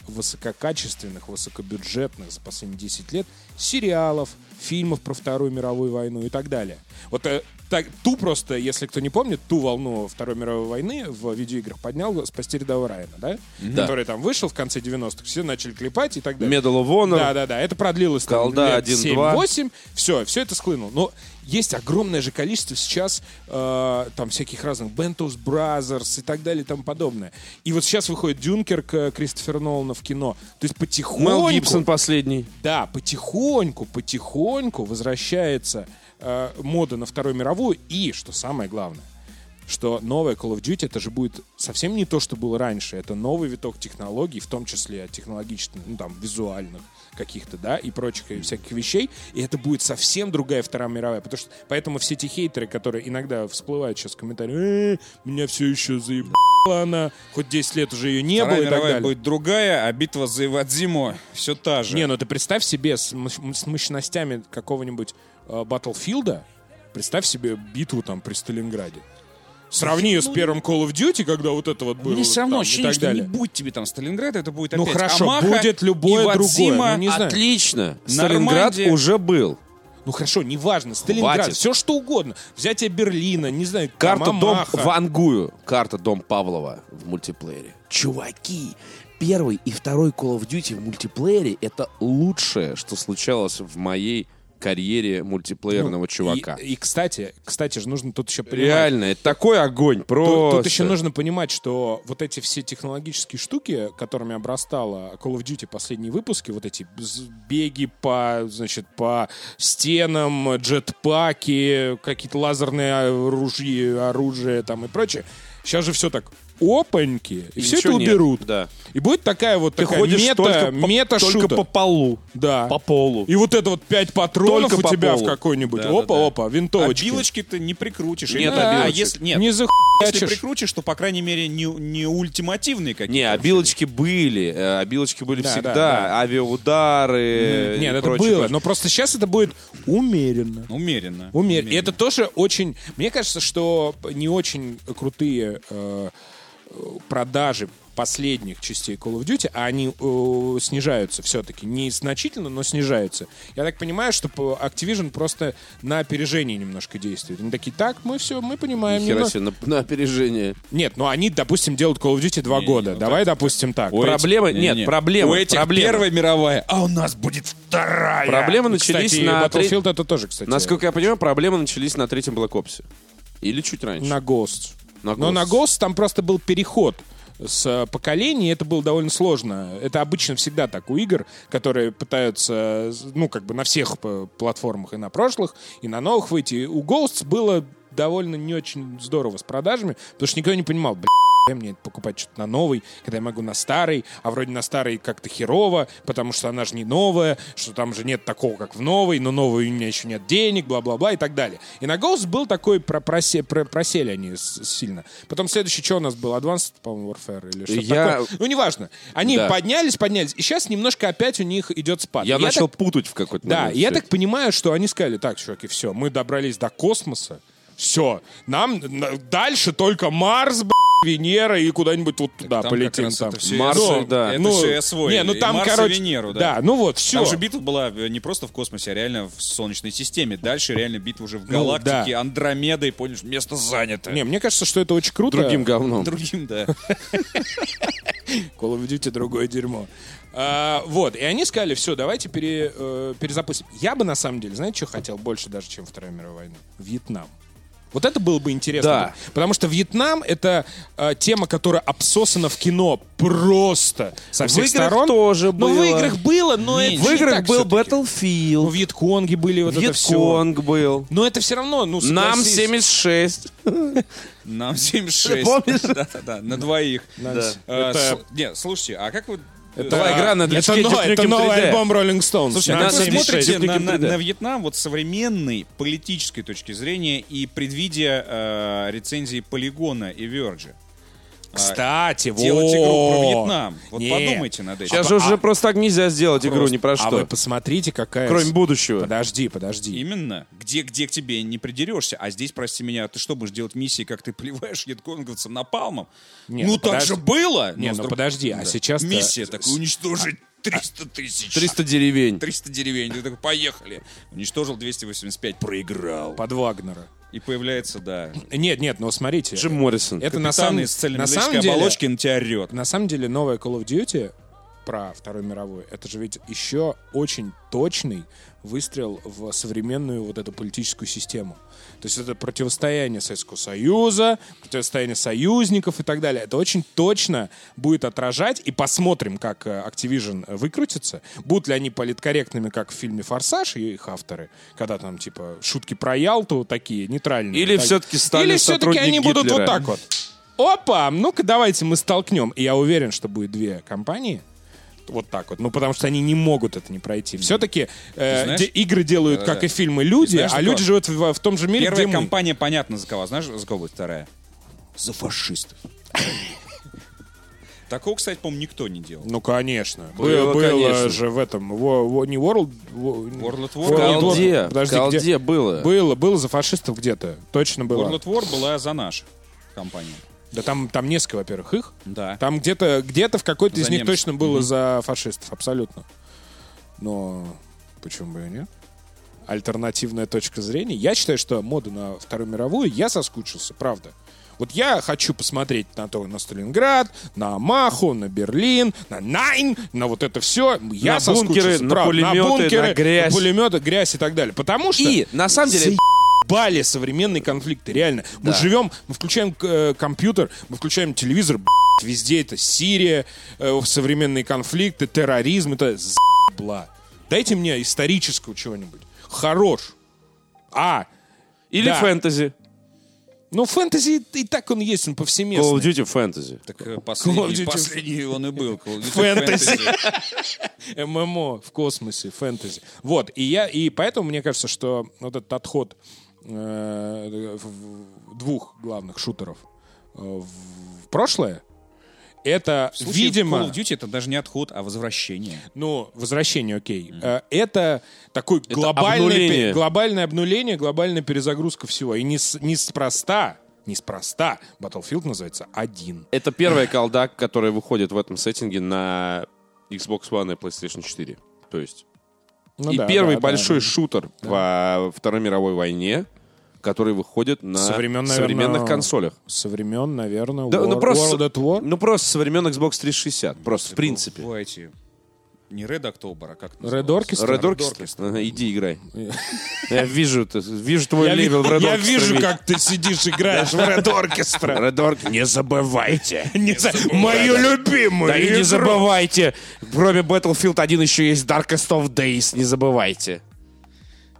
высококачественных, высокобюджетных за последние 10 лет сериалов, фильмов про Вторую мировую войну и так далее. Вот э, так, ту просто, если кто не помнит, ту волну Второй мировой войны в видеоиграх поднял «Спасти рядового Райана», да? Который там вышел в конце 90-х, все начали клепать и так далее.
Medal of Honor.
Да-да-да, это продлилось там,
Колда
лет
1-2.
7-8, все, все это схлынуло. Но есть огромное же количество сейчас э, там всяких разных Bentos Brothers и так далее и тому подобное. И вот сейчас выходит Дюнкерк э, Кристофера Нолана в кино. То есть потихоньку...
Мел Гибсон последний.
Да, потихоньку, потихоньку возвращается э, мода на Вторую мировую. И, что самое главное, что новая Call of Duty это же будет совсем не то, что было раньше. Это новый виток технологий, в том числе технологичных, ну там, визуальных каких-то, да, и прочих и всяких вещей. И это будет совсем другая Вторая мировая. Потому что, поэтому все те хейтеры, которые иногда всплывают сейчас в комментариях, «Э, меня все еще заебала она, хоть 10 лет уже ее не
Вторая
было и так
мировая
далее.
будет другая, а битва за Ивадзиму все та же.
Не, ну ты представь себе с, мощ- с мощностями какого-нибудь э, Баттлфилда, представь себе битву там при Сталинграде. Сравни
ну,
ее с первым Call of Duty, когда вот это вот было.
Мне все равно
там, и
ощущение,
так
что
далее.
не будет тебе там Сталинград, это будет
Ну
опять
хорошо,
Амаха,
будет любое
Ивадзима. а
другое, ну не знаю.
Отлично. Сталинград
Нормандия.
уже был.
Ну хорошо, неважно, Сталинград,
Хватит.
все что угодно. Взятие Берлина, не знаю, там,
Карта дом
Амаха.
Вангую. Карта дом Павлова в мультиплеере. Чуваки, первый и второй Call of Duty в мультиплеере это лучшее, что случалось в моей карьере мультиплеерного
Ну,
чувака.
И, и, кстати, кстати же, нужно тут еще понимать.
Реально, это такой огонь,
Тут,
просто.
тут еще нужно понимать, что вот эти все технологические штуки, которыми обрастала Call of Duty последние выпуски, вот эти з- беги по, значит, по стенам, джетпаки, какие-то лазерные э, ружья, оружие там и прочее. Сейчас же все так опаньки, и, все это
ничего нет,
уберут.
да.
И будет такая вот
Ты
такая
ходишь
мета,
только, по,
мета
только по полу.
Да.
По полу.
И вот это вот пять патронов
Только
у
по
тебя
полу.
в какой-нибудь.
Да, да, да.
Опа-опа, винтовочки.
Обилочки ты не прикрутишь.
Нет
Или- а,
обилочек.
если, нет,
Не
если
захуячишь.
прикрутишь, то, по крайней мере, не, не ультимативные какие-то.
Не, обилочки были, э, обилочки были
Да,
всегда,
да,
авиаудары. э,
Нет,
и
это
прочее,
было,
прочее.
но просто сейчас это будет умеренно.
Умеренно.
Умеренно. И это тоже очень... Мне кажется, что не очень крутые э, э, продажи последних частей Call of Duty, а они э, снижаются все-таки. Не значительно, но снижаются. Я так понимаю, что по- Activision просто на опережении немножко действует. Они такие, так, мы все, мы понимаем.
Хера
немного».
себе, на, на опережение.
Нет, ну они, допустим, делают Call of Duty два
Не,
года.
ну
Давай, допустим, так.
Ой,
проблемы,
не, не,
нет,
не.
проблемы.
У этих
проблемы.
Первая мировая. А у нас будет вторая.
Проблемы начались
Кстати,
на... тре-
Battlefield это тоже, кстати.
Насколько я понимаю, проблемы начались на третьем Black Ops. Или чуть раньше.
На Ghost.
На
Но
Ghost.
на Ghost там просто был переход с э, поколений, и это было довольно сложно. Это обычно всегда так у игр, которые пытаются, э, ну, как бы на всех э, платформах и на прошлых, и на новых выйти. У Ghosts было довольно не очень здорово с продажами, потому что никто не понимал, блин, «Зачем мне это покупать что-то на новый, когда я могу на старый, а вроде на старый как-то херово, потому что она же не новая, что там же нет такого, как в новой, но новой у меня еще нет денег, бла-бла-бла и так далее. И на Ghost был такой, про- просе- про- просели они с- сильно. Потом следующий, что у нас был? Advanced, по-моему, Warfare или что-то
Я-
такое. Ну, неважно. Они
Да.
поднялись, поднялись, и сейчас немножко опять у них идет спад.
Я,
И
начал
так-
путать в какой-то
да,
момент
и я
всё
так понимаю, что они сказали, так, чуваки, все, мы добрались до космоса, все, нам на- дальше только Марс, б***ь, Венера и куда-нибудь вот туда
там
полетим.
как раз
Там.
это всё и
Марс,
осво-
да.
Это все и освоили.
Не, ну
И
там,
Марс и
короче,
Венеру, да.
Да, ну вот, все.
Там же битва была э, не просто в космосе, а реально в Солнечной системе. Дальше реально битва
Ну,
уже в галактике,
да.
Андромеда, и понял, что место занято.
Не, мне кажется, что это очень круто.
Другим говном.
Другим, да.
Call of Duty другое дерьмо. А, вот, и они сказали, все, давайте пере, э, перезапустим. Я бы, на самом деле, знаете, что хотел больше даже, чем Вторая мировая война? Вьетнам. Вот это было бы интересно.
Да.
Потому что Вьетнам — это э, тема, которая обсосана в кино просто со всех
в играх
сторон.
тоже
Ну,
было.
в играх было, но это
В
же не
играх
так
был
всё-таки. Ну,
Battlefield,
Вьетконги были, вот это все.
Вьетконг был.
Но это все равно, ну,
Нам
согласись.
76. [laughs]
Нам 76.
Помнишь?
Да, да, да, на двоих.
Да.
Э,
Это-
сл- Не, слушайте, а как вы...
была
э,
игра на
А, это,
движке
но-
Duke
это
Nukem
новый
3D.
альбом Rolling Stones.
Слушай, а
Нам
как вы
76.
смотрите
Duke
на,
Nukem
на-
3D?
на Вьетнам вот с современной политической точки зрения и предвидя э, рецензии Полигона и Верджи?
Кстати, вот.
А, Делать игру про Вьетнам. Вот
Не.
подумайте над этим.
А-
Сейчас же уже просто так нельзя сделать игру,
Просто.
ни про
А вы
что.
посмотрите, какая...
Кроме
с-
будущего.
Подожди, подожди.
Именно. Где, где к тебе не придерешься. А здесь, прости меня, ты что будешь делать миссии, как ты плеваешь ятконговцем напалмом?
Не,
ну
ну,
так
подожди.
же было!
Не,
Но с
ну
друг-
подожди, а сейчас-то- а,
Миссия такая, уничтожить 300 тысяч.
300 деревень.
300 деревень. Ты такой, поехали. Уничтожил 285, проиграл.
Под Вагнера.
И появляется, да,
Нет, нет, но смотрите.
Джим Моррисон.
Это на
на
самом,
с цельной
на самом
металлической
деле...
оболочки на тебя орет.
На самом деле новая Call of Duty про Вторую мировую, это же ведь еще очень точный выстрел в современную вот эту политическую систему. То есть это противостояние Советского Союза, противостояние союзников и так далее. Это очень точно будет отражать, и посмотрим, как э, Activision э, выкрутится. Будут ли они политкорректными, как в фильме «Форсаж» и их авторы, когда там, типа, шутки про Ялту такие, нейтральные.
Или
Так.
всё-таки Сталин
Или все-таки
сотрудник
они будут
Гитлера.
вот так вот. Опа, ну-ка давайте мы столкнем. И я уверен, что будет две компании. Вот так вот. Ну, потому что они не могут это не пройти. Все-таки
знаешь- э,
игры делают, как и фильмы, люди,
знаешь,
а
что?
люди живут в, в том же мире,
Первая
где мы.
компания, понятно, за кого. А Знаешь, за кого будет вторая? За
[laughs]
фашистов. Такого, кстати, по-моему, никто не делал.
Ну, конечно.
Было,
Было, было
конечно.
же в этом. во- во- не World... во-
World at War.
World at War.
Колде.
Подожди,
Колде
где?
было.
Было, было за фашистов где-то. Точно было.
World at War была за нашу компанию.
Да там, там несколько, во-первых, их.
Да.
Там где-то где в какой-то
За
из них
немцев.
точно было за фашистов, абсолютно. Но почему бы и нет? Альтернативная точка зрения. Я считаю, что моду на Вторую мировую я соскучился, правда. Вот я хочу посмотреть на то, на Сталинград, на Маху, на Берлин, на Найн, на вот это все. Я
На
соскучился,
бункеры, на
правда.
пулеметы, на грязь.
пулеметы, грязь и так далее. Потому что
И, на самом деле,
бали современные конфликты, реально. Мы живем, мы включаем э, компьютер, мы включаем телевизор, б***ь, везде это Сирия, э, современные конфликты, терроризм, это за***бла. Дайте мне исторического чего-нибудь. Хорош. А,
Или
Да.
фэнтези.
ну фэнтези и так он есть, он
Call of
повсеместный.
Duty фэнтези.
Так э, последний,
Duty.
последний он и был. Call of Duty
Фэнтези.
Fantasy.
ММО в космосе, фэнтези. Вот, и я, и поэтому мне кажется, что вот этот отход э, в- двух главных шутеров э, в прошлое, это,
В случае
видимо...
Call of Duty это даже не отход, а возвращение.
Ну, возвращение, окей. Э, Это такой глобальное,
обнуление.
пе- глобальное обнуление, глобальная перезагрузка всего. И не, с- не спроста Неспроста Battlefield называется один.
Это первая колда, которая выходит в этом сеттинге на Xbox One и PlayStation 4. То есть.
Ну
и первый большой шутер во Второй мировой войне, который выходит на
Со времен, наверное,
современных консолях.
Со времен, наверное,
Да,
War-
ну, просто-
World at War.
Ну просто со времен Xbox 360. Просто, в принципе.
Бывайте. Не Red October, а как это
Red
называлось?
Orchestra?
Red Orchestra? Ага, иди
[laughs]
играй. Я вижу, ты- вижу твой
Я, ви-
левел в Red
я
Orchestra,
вижу,
Витя.
как ты сидишь, играешь в Red Orchestra.
Red Orchestra. Не забывайте.
[laughs] Не за- Мою любимую
Да и не
игру.
забывайте, кроме Battlefield 1 еще есть Darkest of Days, не забывайте.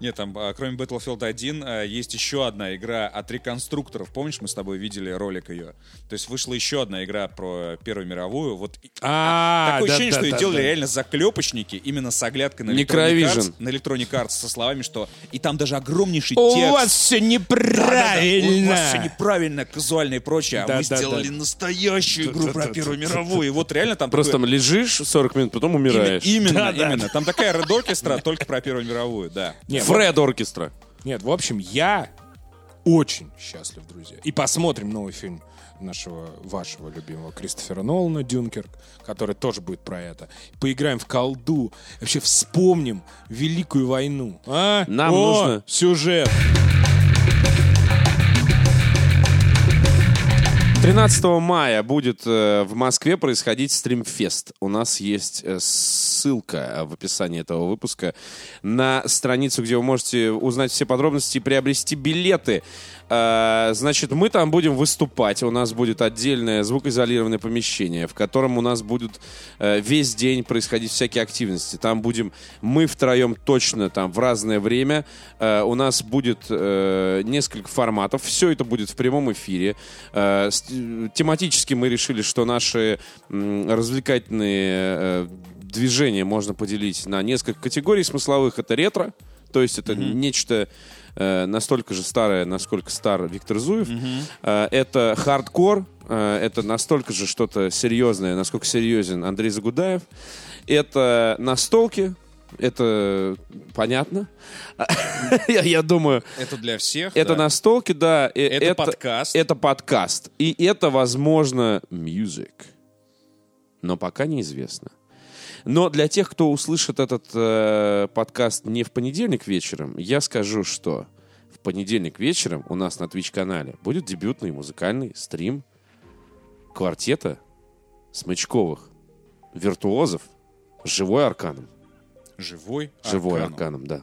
Нет, там, а, кроме Battlefield 1, а, есть еще одна игра от реконструкторов. Помнишь, мы с тобой видели ролик ее? То есть вышла еще одна игра про Первую мировую. Вот и-
А,
такое
да,
ощущение,
да,
что ее
да,
делали
да.
реально заклепочники, именно с оглядкой на Electronic
Necrovision.
Arts, на Electronic Arts, со словами, что и там даже огромнейший
У
текст.
вас все
Да-да-да, У вас все
неправильно.
неправильно, казуально и прочее, а
Да,
мы
да,
сделали
да.
настоящую игру про Первую мировую. И вот реально там
Просто
такое-
там лежишь 40 минут, потом умираешь.
Именно, именно. Там такая Red Orchestra, [laughs] только про Первую мировую, да.
Не, в-
Фред Оркестра.
Нет, в общем, я очень счастлив, друзья. И посмотрим новый фильм нашего, вашего любимого Кристофера Нолана «Дюнкерк», который тоже будет про это. Поиграем в колду, вообще вспомним Великую войну. А?
Нам
О,
нужно-
сюжет.
13 мая будет э, в Москве происходить стримфест. У нас есть э, ссылка э, в описании этого выпуска на страницу, где вы можете узнать все подробности и приобрести билеты. Э, Значит, мы там будем выступать. У нас будет отдельное звукоизолированное помещение, в котором у нас будут э, весь день происходить всякие активности. Там будем мы втроем точно там в разное время. Э, У нас будет э, несколько форматов. Все это будет в прямом эфире. Э, с- Тематически мы решили, что наши м, развлекательные э, движения можно поделить на несколько категорий смысловых. Это ретро, то есть это нечто э, настолько же старое, насколько стар Виктор Зуев. Э, это хардкор, э, это настолько же что-то серьезное, насколько серьезен Андрей Загудаев. Это настолки, это понятно. [laughs] Я, я думаю,
Это для всех.
это
да.
настолки, да. э,
Это подкаст.
Это подкаст. И это, возможно, music. Но пока неизвестно. Но для тех, кто услышит этот э, подкаст не в понедельник вечером, я скажу, что в понедельник вечером у нас на Twitch-канале будет дебютный музыкальный стрим квартета Смычковых, виртуозов, живой арканом.
Живой
Живой
арканом.
арканом, да.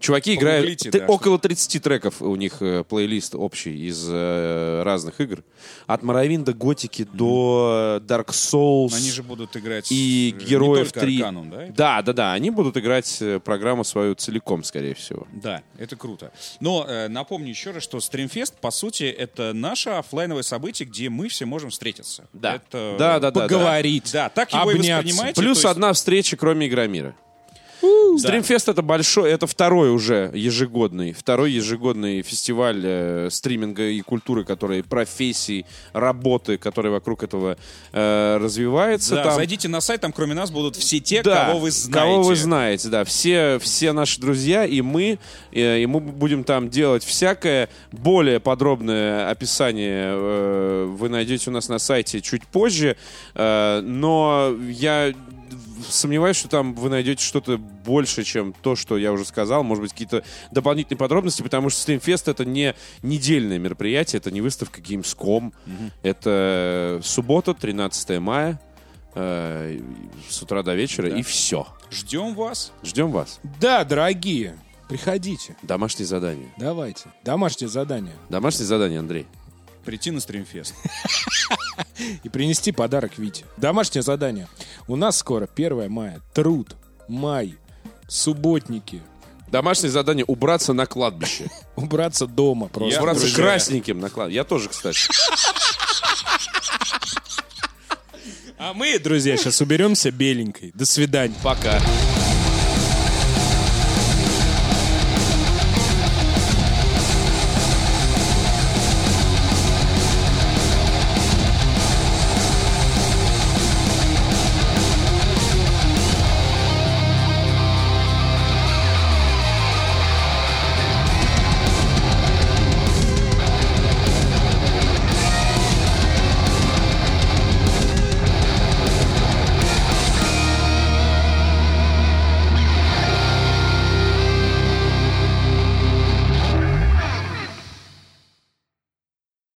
Чуваки играют
Погуглите,
т-
да,
около 30 треков у них э, плейлист общий из э, разных игр. От Моровин до Готики до э, Dark Souls.
Но Они же будут играть
и
э, не
Героев
только
3.
Арканом, да?
да, да, да. Они будут играть э, программу свою целиком, скорее всего.
Да, это круто. Но э, напомню еще раз, что стримфест, по сути, это наше оффлайновое событие, где мы все можем встретиться.
Да.
Это-
Да, да, да,
Поговорить.
Да, так его и
обняться.
воспринимайте.
Плюс
то есть-
одна встреча, кроме Игромира. Стримфест это большой, это второй уже ежегодный, второй ежегодный фестиваль э, стриминга и культуры, которые профессий, работы, которые вокруг этого э, развивается.
Да,
там.
зайдите на сайт, там кроме нас будут все те,
Да,
кого вы знаете.
Кого вы знаете, да. Все, все наши друзья и мы, э, и мы будем там делать всякое. Более подробное описание э, вы найдете у нас на сайте чуть позже. Э, но я сомневаюсь, что там вы найдете что-то больше, чем то, что я уже сказал. Может быть, какие-то дополнительные подробности, потому что Стримфест — это не недельное мероприятие, это не выставка Gamescom. Это суббота, 13 мая, э, с утра до вечера, и все.
Ждем вас.
Ждем вас.
Да, дорогие, приходите,
Домашние задания.
давайте. Домашнее задание.
Домашние задания, Андрей.
Прийти на стримфест.
и принести подарок Вите. Домашнее задание. У нас скоро 1 мая. Труд. Май. Субботники.
Домашнее задание — убраться на кладбище.
Убраться дома просто.
Я-
убраться
друзья.
красненьким на кладбище. Я тоже, кстати.
А мы, друзья, сейчас уберемся беленькой. До свидания.
Пока.